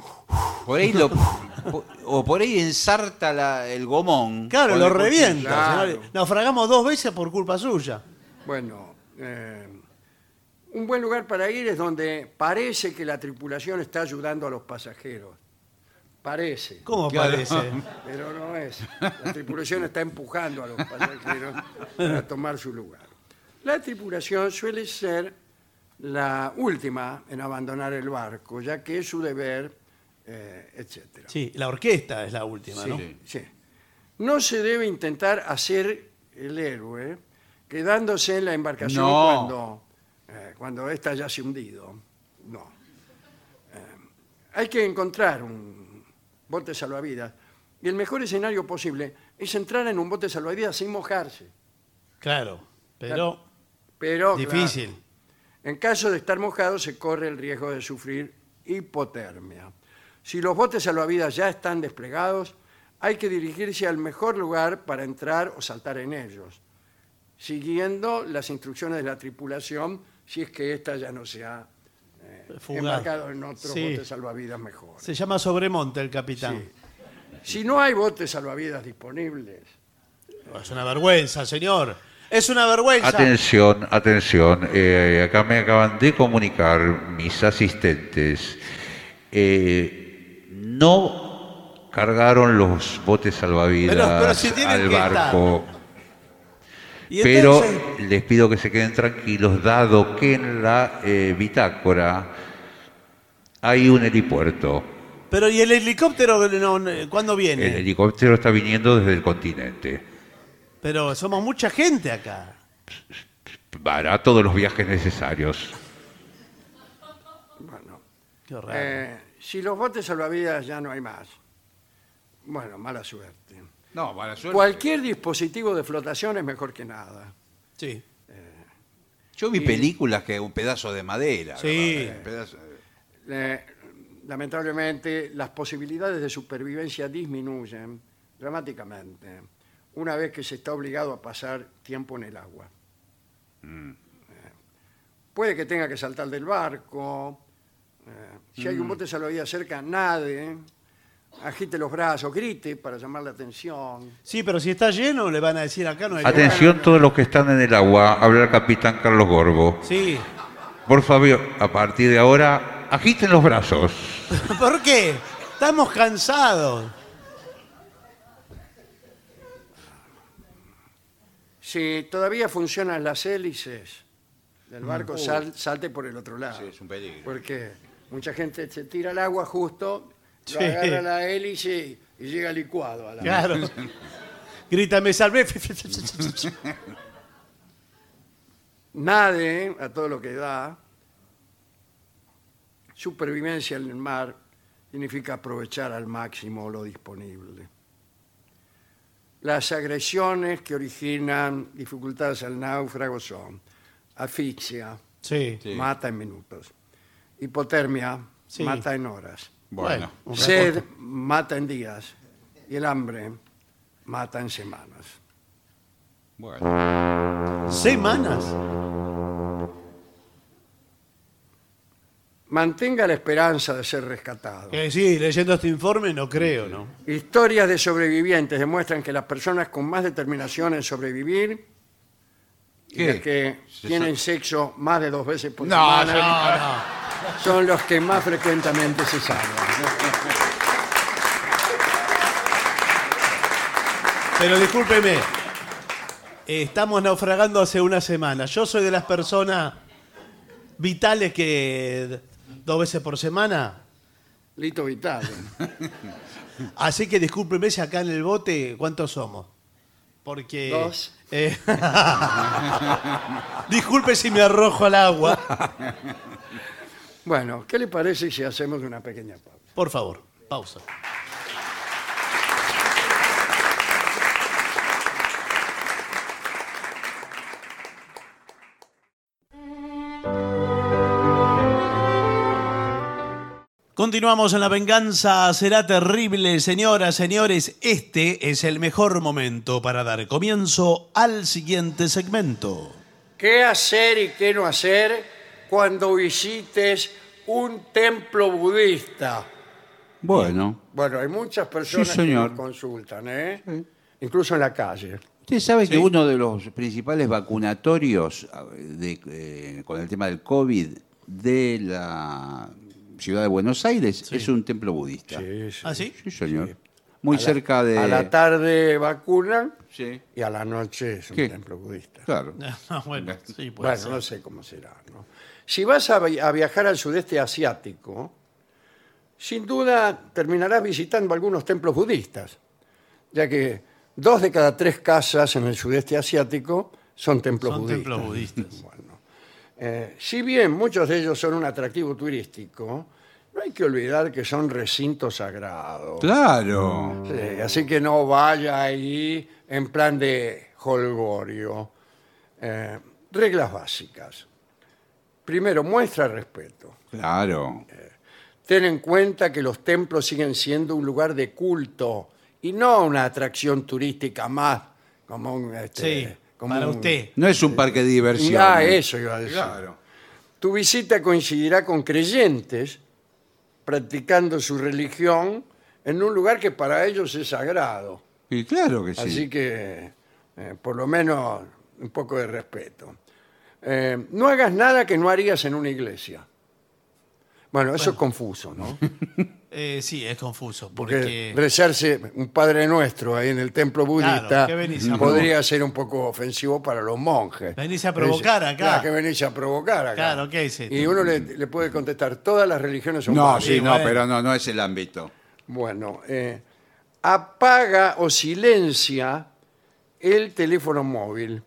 Speaker 3: Por ahí lo. po- o por ahí ensarta la- el gomón.
Speaker 2: claro,
Speaker 3: con
Speaker 2: lo
Speaker 3: el cuchillo.
Speaker 2: revienta.
Speaker 1: claro.
Speaker 2: señor. Naufragamos dos veces por culpa suya.
Speaker 1: Bueno, eh, Un buen lugar para ir es donde parece que la tripulación está ayudando a los pasajeros. Parece,
Speaker 2: ¿Cómo
Speaker 3: Claro.
Speaker 2: parece?
Speaker 1: pero no es. La tripulación está empujando a los pasajeros para tomar su lugar. La tripulación suele ser la última en abandonar el barco, ya que es su deber, eh, etcétera.
Speaker 2: Sí, la orquesta es la última,
Speaker 1: Sí,
Speaker 2: ¿no?
Speaker 3: Sí.
Speaker 1: sí. No se debe intentar hacer el héroe quedándose en la embarcación
Speaker 3: No.
Speaker 1: cuando, eh, cuando ésta ya se ha hundido. No. Eh, hay que encontrar un bote salvavidas. Y el mejor escenario posible es entrar en un bote salvavidas sin mojarse.
Speaker 2: Claro, pero
Speaker 1: Pero, claro,
Speaker 2: difícil.
Speaker 1: en caso de estar mojado, se corre el riesgo de sufrir hipotermia. Si los botes salvavidas ya están desplegados, hay que dirigirse al mejor lugar para entrar o saltar en ellos, siguiendo las instrucciones de la tripulación si es que ésta ya no se ha eh,
Speaker 2: Fugaz.
Speaker 1: embarcado en otro
Speaker 2: Sí.
Speaker 1: bote salvavidas mejor.
Speaker 2: Se llama Sobremonte el capitán.
Speaker 1: Si no hay botes salvavidas disponibles,
Speaker 2: Es una vergüenza, señor. Es una vergüenza.
Speaker 5: Atención, atención. eh, acá me acaban de comunicar mis asistentes. eh, no cargaron los botes salvavidas
Speaker 2: Pero- pero si tienen
Speaker 5: al
Speaker 2: que estar.
Speaker 5: barco.
Speaker 2: Y
Speaker 5: Pero
Speaker 2: entonces-
Speaker 5: les pido que se queden tranquilos, dado que en la eh, bitácora hay un helipuerto.
Speaker 2: pero ¿y el helicóptero no- no- cuándo viene?
Speaker 5: El helicóptero está viniendo desde el continente.
Speaker 2: Pero somos mucha gente acá.
Speaker 5: Para todos los viajes necesarios.
Speaker 1: bueno,
Speaker 2: Qué raro.
Speaker 1: eh, si los botes salvavidas ya no hay más, bueno, mala suerte.
Speaker 3: No, mala suerte.
Speaker 1: Cualquier dispositivo de flotación es mejor que nada.
Speaker 2: sí.
Speaker 3: Yo vi películas que un pedazo de madera.
Speaker 2: Sí.
Speaker 3: ¿verdad? Un pedazo de-
Speaker 1: Eh, lamentablemente, las posibilidades de supervivencia disminuyen dramáticamente una vez que se está obligado a pasar tiempo en el agua. Eh, puede que tenga que saltar del barco. eh, si hay un bote salvavidas cerca, nade. Agite los brazos, grite para llamar la atención.
Speaker 2: Sí, pero si está lleno le van a decir acá no hay
Speaker 5: Atención todos los que están en el agua, habla el capitán Carlos Gorbo.
Speaker 2: Sí.
Speaker 5: Por favor, a partir de ahora, agiten los brazos.
Speaker 2: ¿Por qué? Estamos cansados.
Speaker 1: Si todavía funcionan las hélices del barco, sal- salte por el otro lado.
Speaker 3: Mm. Uh. Sí, es un peligro.
Speaker 1: Porque mucha gente se tira al agua justo, lo
Speaker 2: Sí.
Speaker 1: agarra la hélice y, y llega licuado a la
Speaker 2: Claro. Grita, me salvé.
Speaker 1: Nade a todo lo que da. Supervivencia en el mar significa aprovechar al máximo lo disponible. Las agresiones que originan dificultades al náufrago son asfixia,
Speaker 2: sí.
Speaker 3: Sí.
Speaker 1: mata en minutos, hipotermia,
Speaker 2: Sí.
Speaker 1: mata en horas.
Speaker 3: Bueno.
Speaker 2: un
Speaker 1: Sed
Speaker 2: reporte.
Speaker 1: mata en días y el hambre mata en semanas.
Speaker 3: Bueno.
Speaker 2: Semanas.
Speaker 1: Mantenga la esperanza de ser rescatado.
Speaker 2: Que sí, leyendo este informe no creo, ¿no?
Speaker 1: Historias de sobrevivientes demuestran que las personas con más determinación en sobrevivir y
Speaker 3: ¿Qué?
Speaker 1: las que
Speaker 3: Se-
Speaker 1: tienen sexo más de dos veces por
Speaker 3: No,
Speaker 1: semana
Speaker 2: No, no.
Speaker 1: son los que más frecuentemente se salvan.
Speaker 2: Pero discúlpeme. Estamos naufragando hace una semana. Yo soy de las personas vitales que dos veces por semana
Speaker 1: Lito Vital.
Speaker 2: Así que discúlpeme si acá en el bote, ¿cuántos somos? Porque.
Speaker 1: Dos.
Speaker 2: Eh, disculpe si me arrojo al agua.
Speaker 1: Bueno, ¿qué le parece si hacemos una pequeña pausa?
Speaker 2: Por favor, pausa. Continuamos en la venganza, será terrible, señoras, señores. Este es el mejor momento para dar comienzo al siguiente segmento.
Speaker 1: ¿Qué hacer y qué no hacer cuando visites un templo budista?
Speaker 3: Bueno.
Speaker 1: Bueno, hay muchas personas
Speaker 3: Sí, señor.
Speaker 1: que nos consultan, ¿eh? incluso en la calle.
Speaker 4: Usted sabe que uno de los principales vacunatorios a ver, de, eh, con el tema del COVID de la ciudad de Buenos Aires es un templo budista.
Speaker 1: Sí, sí.
Speaker 2: ¿Ah, sí?
Speaker 4: Sí, señor. Muy cerca de...
Speaker 1: A la tarde vacunan
Speaker 4: Sí,
Speaker 1: y a la noche es un
Speaker 4: ¿Qué?
Speaker 1: templo budista.
Speaker 4: claro.
Speaker 1: Ah.
Speaker 2: No, Ah, bueno, sí, puede
Speaker 1: Bueno,
Speaker 2: ser.
Speaker 1: no sé cómo será. ¿no? Si vas a, vi- a viajar al sudeste asiático, sin duda terminarás visitando algunos templos budistas, ya que dos de cada tres casas en el sudeste asiático son templos
Speaker 2: Son
Speaker 1: budistas.
Speaker 2: templos budistas.
Speaker 1: Bueno. Eh, si bien muchos de ellos son un atractivo turístico, no hay que olvidar que son recintos sagrados.
Speaker 4: Claro.
Speaker 1: Sí, así que no vaya ahí en plan de holgorio. Eh, reglas básicas. Primero, muestra respeto.
Speaker 4: Claro.
Speaker 1: Ten en cuenta que los templos siguen siendo un lugar de culto y no una atracción turística más, como un... este,
Speaker 2: Sí,
Speaker 1: como
Speaker 2: para
Speaker 1: un-
Speaker 2: usted.
Speaker 4: No es un parque de diversión. eh.
Speaker 1: Ah, eso iba a decir.
Speaker 4: Claro.
Speaker 1: Tu visita coincidirá con creyentes practicando su religión en un lugar que para ellos es sagrado.
Speaker 4: Y claro que sí.
Speaker 1: Así que, eh, por lo menos, un poco de respeto. Eh, no hagas nada que no harías en una iglesia. Bueno, eso es confuso, ¿no?
Speaker 2: Eh, sí, es confuso.
Speaker 1: Porque
Speaker 2: Porque,
Speaker 1: rezarse un Padre Nuestro ahí en el templo budista
Speaker 2: ¿qué venís a
Speaker 1: podría ser un poco ofensivo para los monjes.
Speaker 2: Venís a provocar acá.
Speaker 1: Claro, que venís a provocar acá.
Speaker 2: Claro, ¿qué es esto? Mm.
Speaker 1: Y uno le, le puede contestar, todas las religiones son
Speaker 4: No,
Speaker 1: válidas.
Speaker 4: sí,
Speaker 2: Sí,
Speaker 4: no,
Speaker 2: bueno.
Speaker 4: pero no, no es el ámbito.
Speaker 1: Bueno, eh, apaga o silencia el teléfono móvil,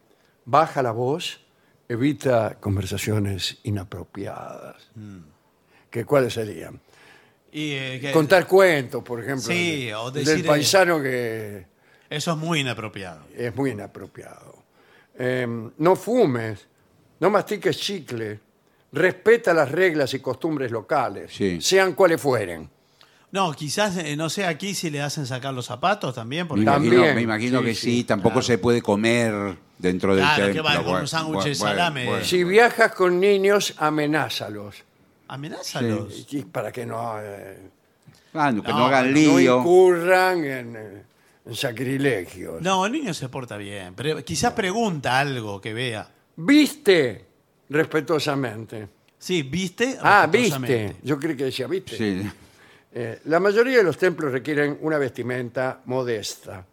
Speaker 1: baja la voz, evita conversaciones inapropiadas. ¿Qué, ¿Cuáles serían?
Speaker 2: y, Mm. eh, que-
Speaker 1: Contar cuentos, por ejemplo,
Speaker 2: Sí,
Speaker 1: de-
Speaker 2: o
Speaker 1: del
Speaker 2: decir, eh,
Speaker 1: paisano que
Speaker 2: Eso es muy inapropiado.
Speaker 1: es muy inapropiado. Eh, no fumes, no mastiques chicle, respeta las reglas y costumbres locales,
Speaker 4: Sí.
Speaker 1: sean cuales fueren.
Speaker 2: No, quizás, eh, no sé, aquí si le hacen sacar los zapatos también.
Speaker 4: Me
Speaker 2: Porque,
Speaker 1: También.
Speaker 4: imagino, me imagino
Speaker 1: Sí,
Speaker 4: que
Speaker 1: sí,
Speaker 4: sí, tampoco se puede comer dentro del
Speaker 2: Claro, que
Speaker 4: templo.
Speaker 2: va con un
Speaker 4: Bueno,
Speaker 2: sándwich de
Speaker 4: bueno,
Speaker 2: salame.
Speaker 4: bueno.
Speaker 1: Si viajas con niños, amenázalos.
Speaker 2: amenázalos.
Speaker 1: Y para que no, eh,
Speaker 4: Ah, no, que no,
Speaker 2: No,
Speaker 4: hagan
Speaker 1: no
Speaker 4: lío.
Speaker 1: incurran en, eh, en sacrilegios.
Speaker 2: No, el niño se porta bien. Pero quizás pregunta algo que vea.
Speaker 1: Viste respetuosamente.
Speaker 2: Sí, ¿viste?
Speaker 1: Ah,
Speaker 2: Respetuosamente.
Speaker 1: viste. Yo creí que decía, viste.
Speaker 4: sí,
Speaker 1: Eh, la mayoría de los templos requieren una vestimenta modesta,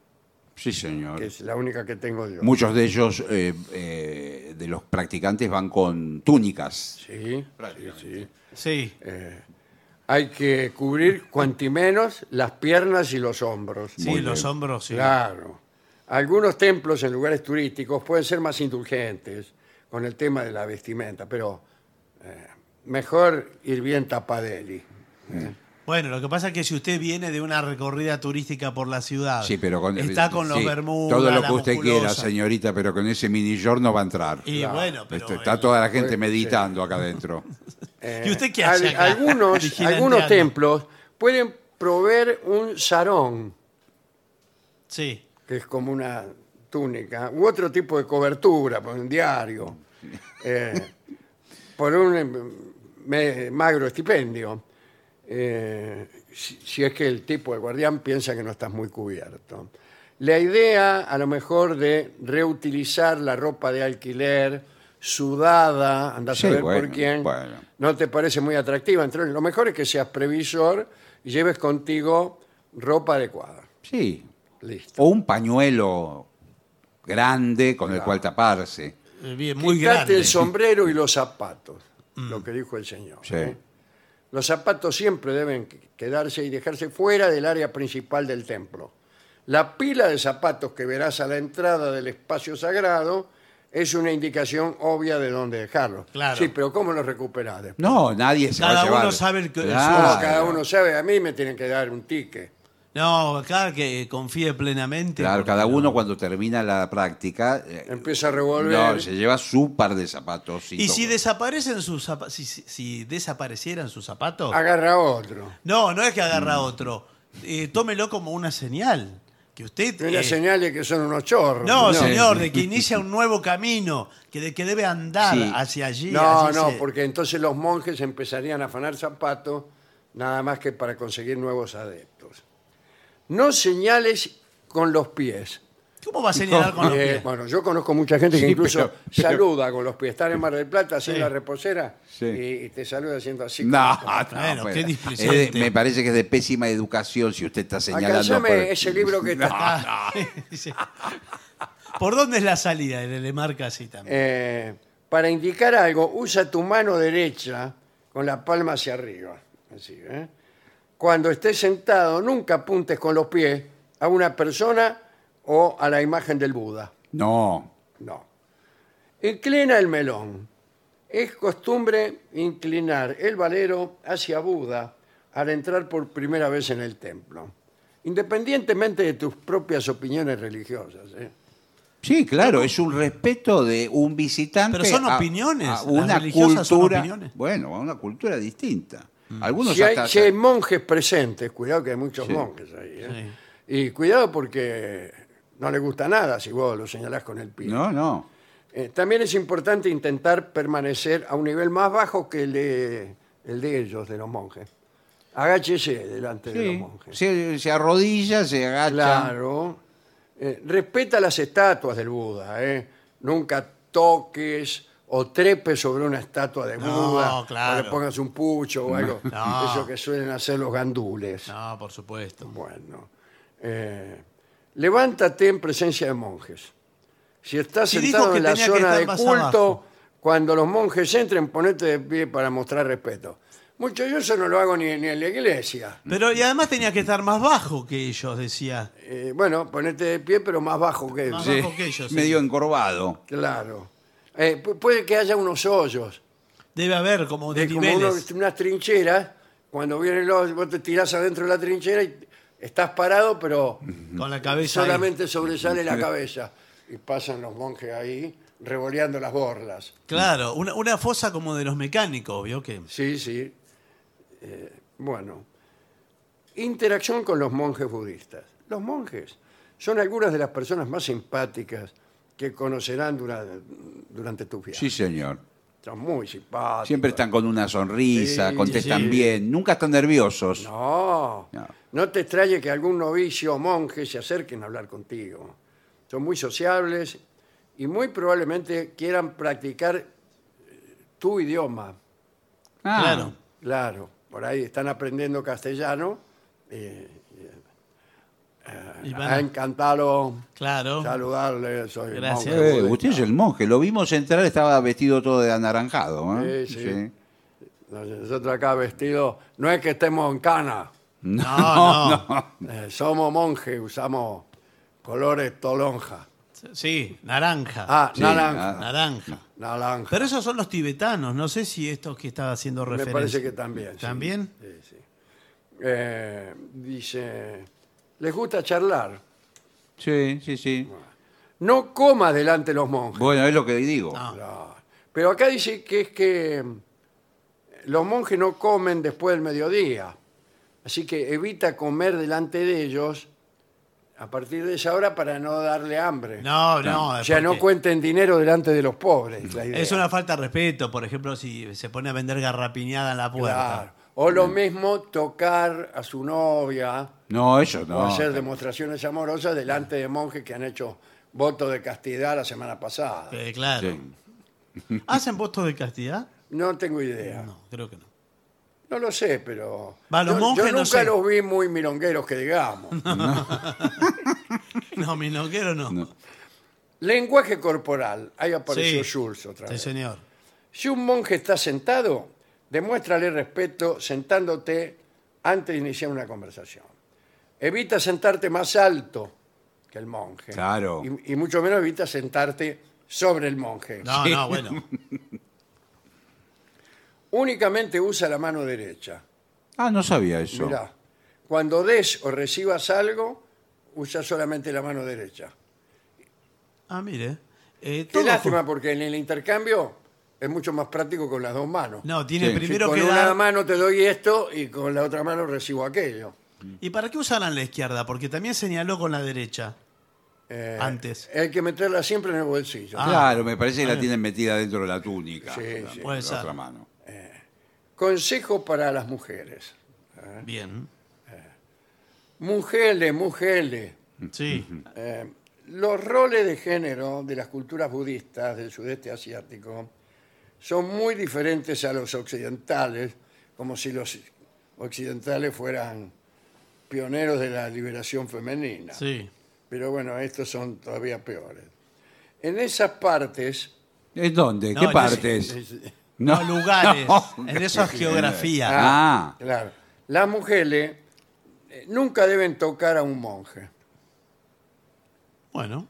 Speaker 4: sí, señor.
Speaker 1: que es la única que tengo yo.
Speaker 4: Muchos de ellos, eh, eh, de los practicantes, van con túnicas.
Speaker 1: Sí, sí,
Speaker 4: Prácticamente.
Speaker 1: sí.
Speaker 2: Sí.
Speaker 1: Eh, Hay que cubrir cuantimenos las piernas y los hombros.
Speaker 2: Sí, los hombros, sí.
Speaker 1: Claro. Algunos templos en lugares turísticos pueden ser más indulgentes con el tema de la vestimenta, pero eh, mejor ir bien tapadeli.
Speaker 2: Bueno, lo que pasa es que si usted viene de una recorrida turística por la ciudad,
Speaker 4: Sí, pero con,
Speaker 2: está con los
Speaker 4: sí,
Speaker 2: bermudas,
Speaker 4: Todo lo
Speaker 2: la
Speaker 4: que usted quiera,
Speaker 2: musculosa.
Speaker 4: señorita, pero con ese mini short no va a entrar.
Speaker 2: Y bueno, pero eh,
Speaker 4: Esto- está
Speaker 2: el-
Speaker 4: toda la gente
Speaker 1: Bueno,
Speaker 4: meditando acá adentro.
Speaker 2: ¿Y usted qué
Speaker 1: Eh, Al-
Speaker 2: hace acá?
Speaker 1: algunos,
Speaker 2: Vigilanteando.
Speaker 1: algunos templos pueden proveer un sarón,
Speaker 2: Sí.
Speaker 1: que es como una túnica, u otro tipo de cobertura, por un diario, eh, por un eh, me- magro estipendio. eh, si, si es que el tipo de guardián piensa que no estás muy cubierto. La idea, a lo mejor, de reutilizar la ropa de alquiler sudada, andás
Speaker 4: Sí,
Speaker 1: a ver por
Speaker 4: bueno,
Speaker 1: quién,
Speaker 4: bueno.
Speaker 1: no te parece muy atractiva. Entonces, lo mejor es que seas previsor y lleves contigo ropa adecuada.
Speaker 4: Sí.
Speaker 1: Listo.
Speaker 4: O un pañuelo grande con el cual taparse.
Speaker 2: Eh, bien, muy
Speaker 1: Quítate
Speaker 2: grande. Mm.
Speaker 1: el sombrero y los zapatos, lo que dijo el señor.
Speaker 4: Sí.
Speaker 1: ¿eh? Los zapatos siempre deben qu- quedarse y dejarse fuera del área principal del templo. La pila de zapatos que verás a la entrada del espacio sagrado es una indicación obvia de dónde dejarlos.
Speaker 2: Claro.
Speaker 1: Sí, pero ¿cómo los recuperás después?
Speaker 4: No, nadie se va
Speaker 2: Cada
Speaker 4: a llevar.
Speaker 2: uno sabe el que- el
Speaker 4: Claro.
Speaker 1: Como cada uno sabe, a mí me tienen que dar un ticket.
Speaker 2: No, acá que confíe plenamente.
Speaker 4: Claro,
Speaker 2: porque
Speaker 4: cada
Speaker 2: no.
Speaker 4: uno cuando termina la práctica... eh,
Speaker 1: Empieza a revolver.
Speaker 4: No, se lleva su par de zapatos.
Speaker 2: Y si
Speaker 4: todo.
Speaker 2: desaparecen sus zapa- si, si- si desaparecieran sus zapatos.
Speaker 1: Agarra otro.
Speaker 2: No, no es que agarra otro. Eh, tómelo como una señal. Que usted.
Speaker 1: Una
Speaker 2: eh,
Speaker 1: señal de que son unos chorros.
Speaker 2: No,
Speaker 1: señor.
Speaker 2: señor, de que inicia un nuevo camino, que de que debe andar
Speaker 4: Sí.
Speaker 2: hacia allí.
Speaker 1: No,
Speaker 2: así
Speaker 1: no,
Speaker 2: se-
Speaker 1: porque entonces los monjes empezarían a afanar zapatos nada más que para conseguir nuevos adeptos. No señales con los pies.
Speaker 2: ¿Cómo va a señalar con los
Speaker 1: Eh,
Speaker 2: pies?
Speaker 1: bueno, yo conozco mucha gente que
Speaker 7: Sí,
Speaker 1: incluso
Speaker 7: pero- pero-
Speaker 1: saluda con los pies. Estar en Mar del Plata haciendo la reposera
Speaker 7: Sí.
Speaker 1: y, y te saluda haciendo así.
Speaker 4: No, no, pues,
Speaker 2: Bueno, qué
Speaker 4: Es de-
Speaker 2: displicente.
Speaker 4: me parece que es de pésima educación si usted está señalando.
Speaker 1: Alcanzame
Speaker 4: por-
Speaker 1: ese libro que
Speaker 4: No,
Speaker 1: está-
Speaker 4: no.
Speaker 2: Dice, ¿Por dónde es la salida? Y Le, le marca así también.
Speaker 1: Eh, para indicar algo, usa tu mano derecha con la palma hacia arriba. Así, ¿eh? Cuando estés sentado, nunca apuntes con los pies a una persona o a la imagen del Buda.
Speaker 7: No.
Speaker 1: No. Inclina el melón. Es costumbre inclinar el valero hacia Buda al entrar por primera vez en el templo, independientemente de tus propias opiniones religiosas. ¿eh?
Speaker 4: Sí, claro, es un respeto de un visitante.
Speaker 2: Pero son
Speaker 4: a-
Speaker 2: opiniones,
Speaker 4: a
Speaker 2: las
Speaker 4: una
Speaker 2: religiosas son
Speaker 4: cultura.
Speaker 2: opiniones. Mm.
Speaker 4: Bueno, a una cultura distinta. Algunos
Speaker 1: Si hay,
Speaker 4: hasta-
Speaker 1: si hay monjes presentes, cuidado que hay muchos
Speaker 4: Sí.
Speaker 1: monjes ahí. ¿eh? Y cuidado porque no le gusta nada si vos lo señalás con el pie.
Speaker 4: No, no.
Speaker 1: Eh, también es importante intentar permanecer a un nivel más bajo que el de, el de ellos, de los monjes. Agáchese delante de los
Speaker 4: Sí,
Speaker 1: monjes.
Speaker 4: se, se arrodilla, se agacha.
Speaker 1: Claro. Eh, respeta las estatuas del Buda. ¿eh? Nunca toques o trepes sobre una estatua de
Speaker 2: No,
Speaker 1: Buda.
Speaker 2: claro.
Speaker 1: O le pongas un pucho o algo.
Speaker 2: No.
Speaker 1: Eso que suelen hacer los gandules.
Speaker 2: No, por supuesto.
Speaker 1: Bueno. eh, levántate en presencia de monjes. Si estás
Speaker 2: Si dijo
Speaker 1: sentado
Speaker 2: que
Speaker 1: en la
Speaker 2: tenía que
Speaker 1: zona
Speaker 2: estar
Speaker 1: de
Speaker 2: más
Speaker 1: culto,
Speaker 2: abajo.
Speaker 1: cuando los monjes entren, ponete de pie para mostrar respeto. Mucho yo eso no lo hago ni, ni en la iglesia.
Speaker 2: Pero y además tenía que estar más bajo que ellos, decía.
Speaker 1: Eh, bueno, ponete de pie, pero más bajo que
Speaker 2: Más
Speaker 1: Sí.
Speaker 2: bajo que ellos. sí.
Speaker 4: medio encorvado.
Speaker 1: Claro. Eh, pu- puede que haya unos hoyos,
Speaker 2: Debe haber como
Speaker 1: de como
Speaker 2: desniveles.
Speaker 1: unos- unas trincheras. Cuando vienen los, vos te tirás adentro de la trinchera y estás parado, pero
Speaker 2: con la cabeza. ahí.
Speaker 1: eh, solamente sobresale la cabeza. Y pasan los monjes ahí revoleando las borlas.
Speaker 2: Claro, una, una fosa como de los mecánicos, ¿vio? Que,
Speaker 1: Sí, sí. Eh, bueno. Interacción con los monjes budistas. Los monjes son algunas de las personas más simpáticas que conocerán dura- durante tu viaje.
Speaker 4: Sí, señor.
Speaker 1: Son muy simpáticos.
Speaker 4: Siempre están con una sonrisa,
Speaker 1: Sí,
Speaker 4: contestan
Speaker 1: sí.
Speaker 4: bien, nunca están nerviosos.
Speaker 1: No,
Speaker 4: No.
Speaker 1: no te extrañe que algún novicio o monje se acerquen a hablar contigo. Son muy sociables y muy probablemente quieran practicar eh, tu idioma.
Speaker 4: Ah,
Speaker 2: Claro.
Speaker 1: Claro, por ahí están aprendiendo castellano. eh,
Speaker 2: y van a-
Speaker 1: ah, encantado
Speaker 2: claro.
Speaker 1: saludarle. Soy el
Speaker 2: Gracias.
Speaker 1: monje
Speaker 4: Eh,
Speaker 1: budista.
Speaker 4: usted es el monje, lo vimos entrar, estaba vestido todo de anaranjado. ¿eh?
Speaker 1: Sí, sí. Nosotros acá vestidos, no es que estemos en cana,
Speaker 2: No, no.
Speaker 1: eh, somos monjes, usamos colores tolonja.
Speaker 2: Sí, naranja.
Speaker 1: Ah,
Speaker 4: Sí,
Speaker 1: naranja.
Speaker 2: Naranja.
Speaker 1: Naranja.
Speaker 2: Pero esos son los tibetanos, no sé si estos que estaba haciendo
Speaker 1: Me
Speaker 2: referencia.
Speaker 1: parece que también. sí.
Speaker 2: ¿También?
Speaker 1: Sí, sí. Eh, dice, les gusta charlar.
Speaker 4: Sí, sí, sí.
Speaker 1: No coma delante de los monjes.
Speaker 4: Bueno, es lo que digo.
Speaker 1: Ah.
Speaker 2: No.
Speaker 1: No. Pero acá dice que es que eh, los monjes no comen después del mediodía. Así que evita comer delante de ellos a partir de esa hora para no darle hambre.
Speaker 2: No, no.
Speaker 1: o sea, no
Speaker 2: porque
Speaker 1: cuenten dinero delante de los pobres. la idea.
Speaker 2: Es una falta de respeto, por ejemplo, si se pone a vender garrapiñada en la
Speaker 1: Claro.
Speaker 2: puerta.
Speaker 1: O lo mismo tocar a su novia.
Speaker 4: No, eso
Speaker 1: o
Speaker 2: Ah,
Speaker 4: no.
Speaker 1: hacer demostraciones amorosas delante de monjes que han hecho voto de castidad la semana pasada.
Speaker 2: Eh, Claro.
Speaker 4: Sí.
Speaker 2: ¿Hacen votos de castidad?
Speaker 1: No tengo idea. No,
Speaker 2: No, creo que no.
Speaker 1: lo sé, pero.
Speaker 2: Va, los
Speaker 1: yo,
Speaker 2: monjes
Speaker 1: yo
Speaker 2: no
Speaker 1: nunca
Speaker 2: sé.
Speaker 1: los vi muy milongueros que digamos.
Speaker 2: No, mi noquero no.
Speaker 1: Lenguaje corporal. Ahí apareció
Speaker 2: Sí.
Speaker 1: Schulz otra
Speaker 2: Sí,
Speaker 1: vez.
Speaker 2: señor.
Speaker 1: Si un monje está sentado, demuéstrale respeto sentándote antes de iniciar una conversación. Evita sentarte más alto que el monje.
Speaker 4: Claro.
Speaker 1: Y, y mucho menos evita sentarte sobre el monje.
Speaker 2: No, no, bueno.
Speaker 1: Únicamente usa la mano derecha.
Speaker 4: Ah, no sabía eso.
Speaker 1: Mirá, cuando des o recibas algo, usa solamente la mano derecha.
Speaker 2: Ah, mire. Eh,
Speaker 1: Qué
Speaker 2: todo
Speaker 1: lástima, porque en el intercambio es mucho más práctico con las dos manos.
Speaker 2: ju- No, tiene
Speaker 4: Sí.
Speaker 2: primero
Speaker 1: con
Speaker 2: que
Speaker 1: una
Speaker 2: dar.
Speaker 1: mano te doy esto y con la otra mano recibo aquello.
Speaker 2: ¿Y para qué usaran la izquierda? Porque también señaló con la derecha.
Speaker 1: Eh,
Speaker 2: Antes.
Speaker 1: Hay que meterla siempre en el bolsillo.
Speaker 2: Ah.
Speaker 4: Claro, me parece que la tienen metida dentro de la túnica.
Speaker 1: Sí,
Speaker 4: la,
Speaker 1: sí.
Speaker 4: la
Speaker 2: Puede ser.
Speaker 4: otra mano.
Speaker 1: Consejo para las mujeres. eh.
Speaker 2: Bien.
Speaker 4: Mm.
Speaker 1: Mujeres, mujeres.
Speaker 4: Mm-hmm.
Speaker 2: Sí.
Speaker 1: eh, Los roles de género de las culturas budistas del sudeste asiático son muy diferentes a los occidentales, como si los occidentales fueran pioneros de la liberación femenina.
Speaker 2: Sí.
Speaker 1: Pero bueno, estos son todavía peores. En esas partes,
Speaker 4: ¿En dónde?
Speaker 2: No,
Speaker 4: ¿Qué
Speaker 2: yo
Speaker 4: partes?
Speaker 2: No, lugares.
Speaker 4: No.
Speaker 2: En eso es geografía.
Speaker 4: Ah,
Speaker 1: claro, las mujeres eh, nunca deben tocar a un monje.
Speaker 2: Bueno.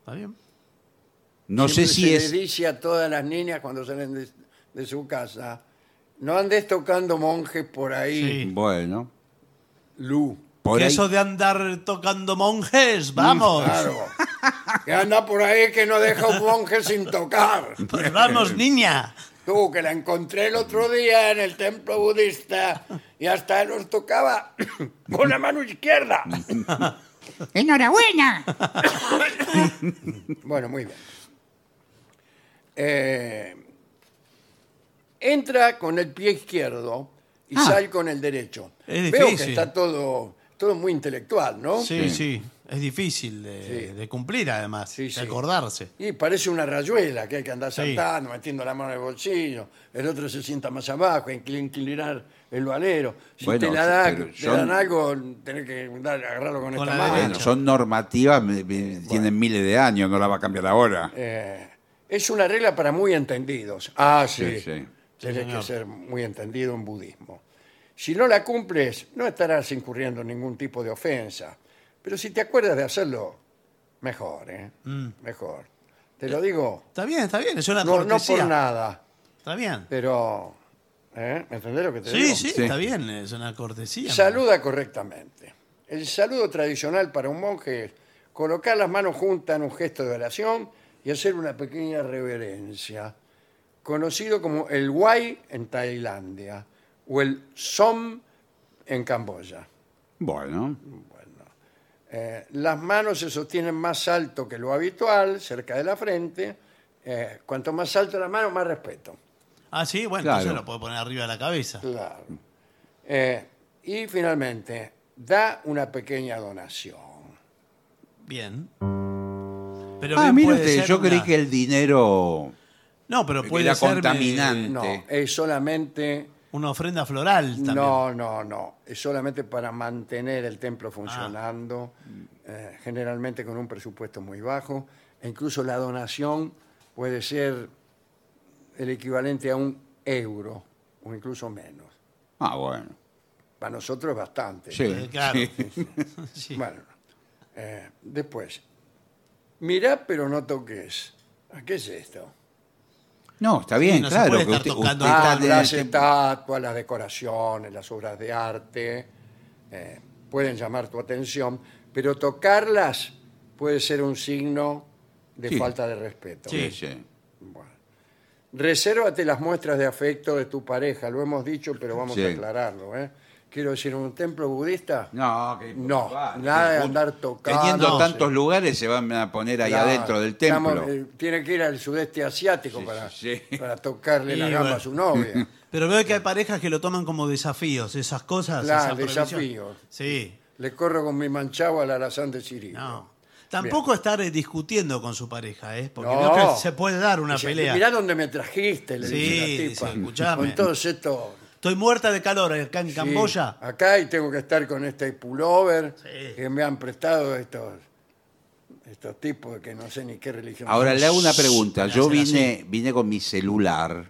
Speaker 2: Está bien.
Speaker 8: No sé
Speaker 1: Siempre
Speaker 8: si
Speaker 1: se
Speaker 8: es...
Speaker 1: le dice a todas las niñas cuando salen de, de su casa, no andes tocando monjes por ahí,
Speaker 2: Sí.
Speaker 4: bueno.
Speaker 1: Lu.
Speaker 4: Por
Speaker 2: Que
Speaker 4: ahí- Mm,
Speaker 2: eso de andar tocando monjes, vamos.
Speaker 1: Claro. que anda por ahí que no deja un monje sin tocar.
Speaker 2: Pues vamos, niña.
Speaker 1: Tú, que la encontré el otro día en el templo budista y hasta los tocaba con la mano izquierda.
Speaker 9: ¡Enhorabuena!
Speaker 1: Bueno, muy bien. Eh, entra con el pie izquierdo y sal con el derecho.
Speaker 2: Ah. Es
Speaker 1: Veo que
Speaker 2: difícil.
Speaker 1: está todo, todo muy intelectual, ¿no?
Speaker 2: Sí, sí. Es difícil de,
Speaker 1: Sí.
Speaker 2: de cumplir, además.
Speaker 1: Sí,
Speaker 2: de
Speaker 1: sí.
Speaker 2: acordarse.
Speaker 1: Y parece una rayuela que hay que andar
Speaker 2: Sí.
Speaker 1: saltando, metiendo la mano en el bolsillo. El otro se sienta más abajo, hay que inclinar el valero. Si
Speaker 4: Bueno,
Speaker 1: te, la da-
Speaker 4: pero
Speaker 1: te
Speaker 4: son-
Speaker 1: dan algo, tenés que dar- agarrarlo con,
Speaker 2: Con
Speaker 1: esta
Speaker 2: la
Speaker 1: mano.
Speaker 2: derecha.
Speaker 4: Bueno, son normativas, me- me- tienen miles de años, no la va a cambiar ahora.
Speaker 1: Eh, es una regla para muy entendidos. Ah, sí.
Speaker 4: Sí, sí.
Speaker 1: Tienes que ser muy entendido en budismo. Si no la cumples, no estarás incurriendo en ningún tipo de ofensa. Pero si te acuerdas de hacerlo, mejor, ¿eh? Mejor. Te lo digo,
Speaker 2: Está bien, está bien. Es Mm. Eh, una
Speaker 1: no, no
Speaker 2: cortesía.
Speaker 1: por nada,
Speaker 2: Está bien.
Speaker 1: pero... ¿eh? ¿Me entendés lo que te digo?
Speaker 2: Sí, sí,
Speaker 4: Sí.
Speaker 2: está bien. Es una cortesía.
Speaker 1: Saluda correctamente. El saludo tradicional para un monje es colocar las manos juntas en un gesto de oración y hacer una pequeña reverencia, conocido como el Wai en Tailandia o el Som en Camboya.
Speaker 4: Bueno,
Speaker 1: Eh, las manos se sostienen más alto que lo habitual, cerca de la frente. Eh, cuanto más alto la mano, más respeto.
Speaker 2: Ah, sí, bueno,
Speaker 4: Claro.
Speaker 2: entonces lo puedo poner arriba de la cabeza.
Speaker 1: Claro. Eh, y finalmente, da una pequeña donación.
Speaker 2: Bien. Pero
Speaker 4: Ah,
Speaker 2: bien
Speaker 4: mire
Speaker 2: puede
Speaker 4: usted,
Speaker 2: ser
Speaker 4: yo creí
Speaker 2: una-
Speaker 4: que el dinero
Speaker 2: No, pero puede
Speaker 4: era
Speaker 2: ser
Speaker 4: contaminante.
Speaker 1: No, es solamente.
Speaker 2: una ofrenda floral también.
Speaker 1: No, no, no. Es solamente para mantener el templo funcionando, eh, generalmente con un presupuesto muy bajo. E incluso la donación puede ser el equivalente a un euro o incluso menos.
Speaker 4: Ah, bueno.
Speaker 1: Para nosotros es bastante.
Speaker 4: Sí.
Speaker 2: Eh, claro. Sí.
Speaker 1: Bueno, eh, después. Mirá, pero no toques. ¿A qué es esto?
Speaker 4: No, está bien,
Speaker 2: no se
Speaker 4: claro.
Speaker 2: puede
Speaker 4: Que
Speaker 2: estar
Speaker 4: usted,
Speaker 2: tocando
Speaker 4: usted
Speaker 1: Ah,
Speaker 4: está en este
Speaker 1: las
Speaker 4: el tiempo.
Speaker 1: estatuas, las decoraciones, las obras de arte eh, pueden llamar tu atención, pero tocarlas puede ser un signo de
Speaker 4: Sí.
Speaker 1: falta de respeto.
Speaker 4: Sí, sí.
Speaker 1: Bueno. Resérvate las muestras de afecto de tu pareja, lo hemos dicho, pero vamos
Speaker 4: Sí.
Speaker 1: a aclararlo. ¿eh? Quiero decir, en un templo budista,
Speaker 4: No, que-
Speaker 1: No,
Speaker 4: vale,
Speaker 1: nada de
Speaker 4: que-
Speaker 1: andar tocando,
Speaker 4: Teniendo
Speaker 2: no,
Speaker 4: tantos
Speaker 1: sí.
Speaker 4: lugares se van a poner ahí
Speaker 1: Claro,
Speaker 4: adentro del templo.
Speaker 1: estamos- eh, tiene que ir al sudeste asiático para,
Speaker 4: sí, sí.
Speaker 1: para tocarle
Speaker 2: Y
Speaker 1: la gamba
Speaker 2: bueno.
Speaker 1: a su novia.
Speaker 2: Pero veo que hay parejas que lo toman como desafíos, esas cosas.
Speaker 1: Claro,
Speaker 2: esas prohibiciones.
Speaker 1: desafíos.
Speaker 2: Sí,
Speaker 1: Le corro con mi manchado al alazán de Sirio.
Speaker 2: no. Tampoco estar eh, discutiendo con su pareja, ¿eh? Porque
Speaker 1: No.
Speaker 2: veo que se puede dar una
Speaker 1: Dice,
Speaker 2: pelea.
Speaker 1: Mirá dónde me trajiste, le
Speaker 2: Sí,
Speaker 1: dice la tipa.
Speaker 2: dice, escuchame.
Speaker 1: Con todos estos.
Speaker 2: Estoy muerta de calor acá en
Speaker 1: sí,
Speaker 2: Camboya.
Speaker 1: acá y tengo que estar con este pullover
Speaker 2: Sí.
Speaker 1: que me han prestado estos estos tipos que no sé ni qué religión.
Speaker 8: Ahora
Speaker 1: son.
Speaker 8: le hago una pregunta.
Speaker 2: Shh,
Speaker 8: Yo
Speaker 2: hacer
Speaker 8: vine, vine con mi celular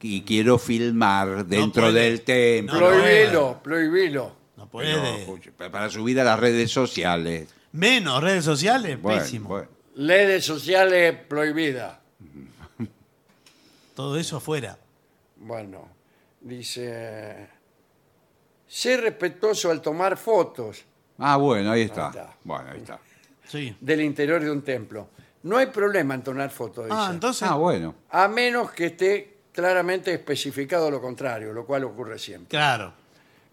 Speaker 8: y quiero filmar dentro
Speaker 2: puede.
Speaker 8: del templo.
Speaker 2: No, no,
Speaker 1: Prohibilo, prohibilo.
Speaker 8: Pero,
Speaker 2: No puede.
Speaker 1: pues.
Speaker 8: escuche, pa- para subir a las redes sociales.
Speaker 2: Menos redes sociales,
Speaker 8: Bueno,
Speaker 2: pésimo.
Speaker 8: bueno.
Speaker 1: Redes sociales prohibidas.
Speaker 2: Todo eso fuera.
Speaker 1: Bueno, dice. Sé respetuoso al tomar fotos
Speaker 4: Ah, bueno, ahí está.
Speaker 1: Ahí está.
Speaker 4: Bueno, ahí está.
Speaker 2: Sí.
Speaker 1: del interior de un templo. No hay problema en tomar fotos.
Speaker 2: Ah,
Speaker 1: dice.
Speaker 2: entonces.
Speaker 4: Ah, bueno.
Speaker 1: a menos que esté claramente especificado lo contrario, lo cual ocurre siempre.
Speaker 2: Claro.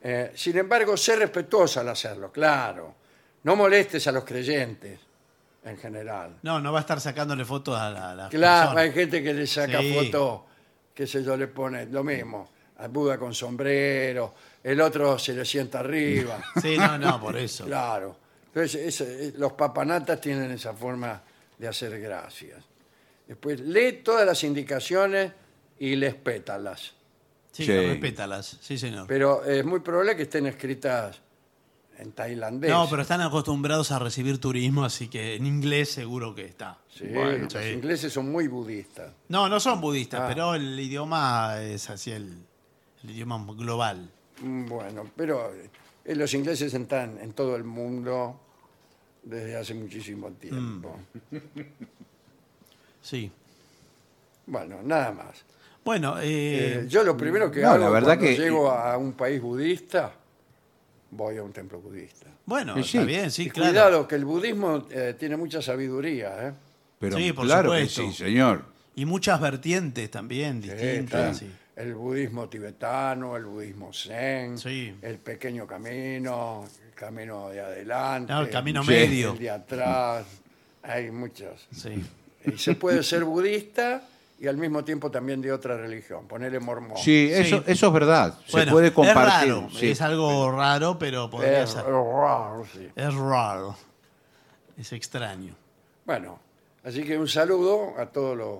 Speaker 1: Eh, sin embargo, sé respetuoso al hacerlo, claro. No molestes a los creyentes en general.
Speaker 2: No, no va a estar sacándole fotos a la, a las
Speaker 1: Claro, hay
Speaker 2: personas.
Speaker 1: gente que le saca
Speaker 2: Sí.
Speaker 1: fotos, qué sé yo, le pone lo mismo, al Buda con sombrero, el otro se le sienta arriba,
Speaker 2: Sí, no, no, por eso.
Speaker 1: claro. Entonces, ese- eh, los papanatas tienen esa forma de hacer gracias. Después, lee todas las indicaciones y les pétalas.
Speaker 2: Sí,
Speaker 4: Sí.
Speaker 2: respétalas. Sí, señor.
Speaker 1: Pero es muy probable que estén escritas en tailandés.
Speaker 2: No, pero están acostumbrados a recibir turismo, así que en inglés seguro que está.
Speaker 1: Sí,
Speaker 2: Bueno,
Speaker 1: los
Speaker 2: sí.
Speaker 1: ingleses son muy budistas.
Speaker 2: No, no son budistas,
Speaker 1: Ah.
Speaker 2: pero el idioma es así el, el idioma global.
Speaker 1: Mm, Bueno, pero eh, los ingleses están en todo el mundo desde hace muchísimo tiempo.
Speaker 2: Mm. Sí.
Speaker 1: Bueno, nada más.
Speaker 2: Bueno, eh,
Speaker 1: Eh, yo lo primero que
Speaker 4: no,
Speaker 1: hago
Speaker 4: la verdad
Speaker 1: cuando
Speaker 4: que-
Speaker 1: llego a un país budista, voy a un templo budista.
Speaker 2: bueno,
Speaker 4: y
Speaker 2: está
Speaker 4: sí.
Speaker 2: bien, sí,
Speaker 1: Y
Speaker 2: claro.
Speaker 1: Cuidado, que el budismo eh, tiene mucha sabiduría. ¿eh?
Speaker 4: Pero
Speaker 2: Sí, por
Speaker 4: claro
Speaker 2: supuesto.
Speaker 4: que sí, señor.
Speaker 2: Y muchas vertientes también distintas.
Speaker 1: Está
Speaker 2: sí.
Speaker 1: El budismo tibetano, el budismo zen,
Speaker 2: Sí.
Speaker 1: el pequeño camino, el camino de adelante,
Speaker 2: No, el camino
Speaker 4: Sí.
Speaker 2: medio.
Speaker 1: el de atrás. Hay muchos.
Speaker 2: Sí.
Speaker 1: Y se puede ser budista y al mismo tiempo también de otra religión, ponerle mormón. Eh,
Speaker 4: Sí, eso, eso es verdad.
Speaker 2: Bueno,
Speaker 4: Se puede compartir.
Speaker 2: Es raro,
Speaker 4: sí.
Speaker 2: es algo raro, pero podría
Speaker 1: Es
Speaker 2: ser.
Speaker 1: raro, eh, sí.
Speaker 2: Es raro. Es extraño.
Speaker 1: Bueno, así que un saludo a todos los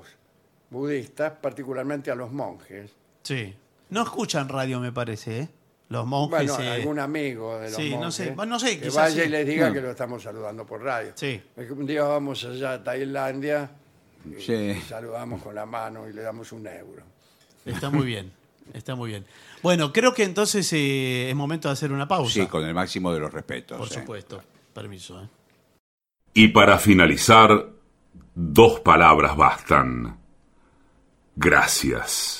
Speaker 1: budistas, particularmente a los monjes.
Speaker 2: Sí. No escuchan radio, me parece, ¿eh? Los monjes.
Speaker 1: Bueno,
Speaker 2: eh,
Speaker 1: algún amigo de los
Speaker 2: sí, no
Speaker 1: monjes
Speaker 2: sé, bueno, no sé,
Speaker 1: que
Speaker 2: quizás
Speaker 1: vaya
Speaker 2: sí.
Speaker 1: y les diga
Speaker 4: No.
Speaker 1: que lo estamos saludando por radio.
Speaker 2: Sí.
Speaker 1: Es que Un día vamos allá a Tailandia y
Speaker 4: Sí.
Speaker 1: saludamos con la mano y le damos un euro.
Speaker 2: Está muy bien. Está muy bien. Bueno, creo que entonces eh, es momento de hacer una pausa.
Speaker 4: Sí, con el máximo de los respetos.
Speaker 2: Por
Speaker 4: sí.
Speaker 2: supuesto. Permiso, ¿eh?
Speaker 10: Y para finalizar, dos palabras bastan. Gracias.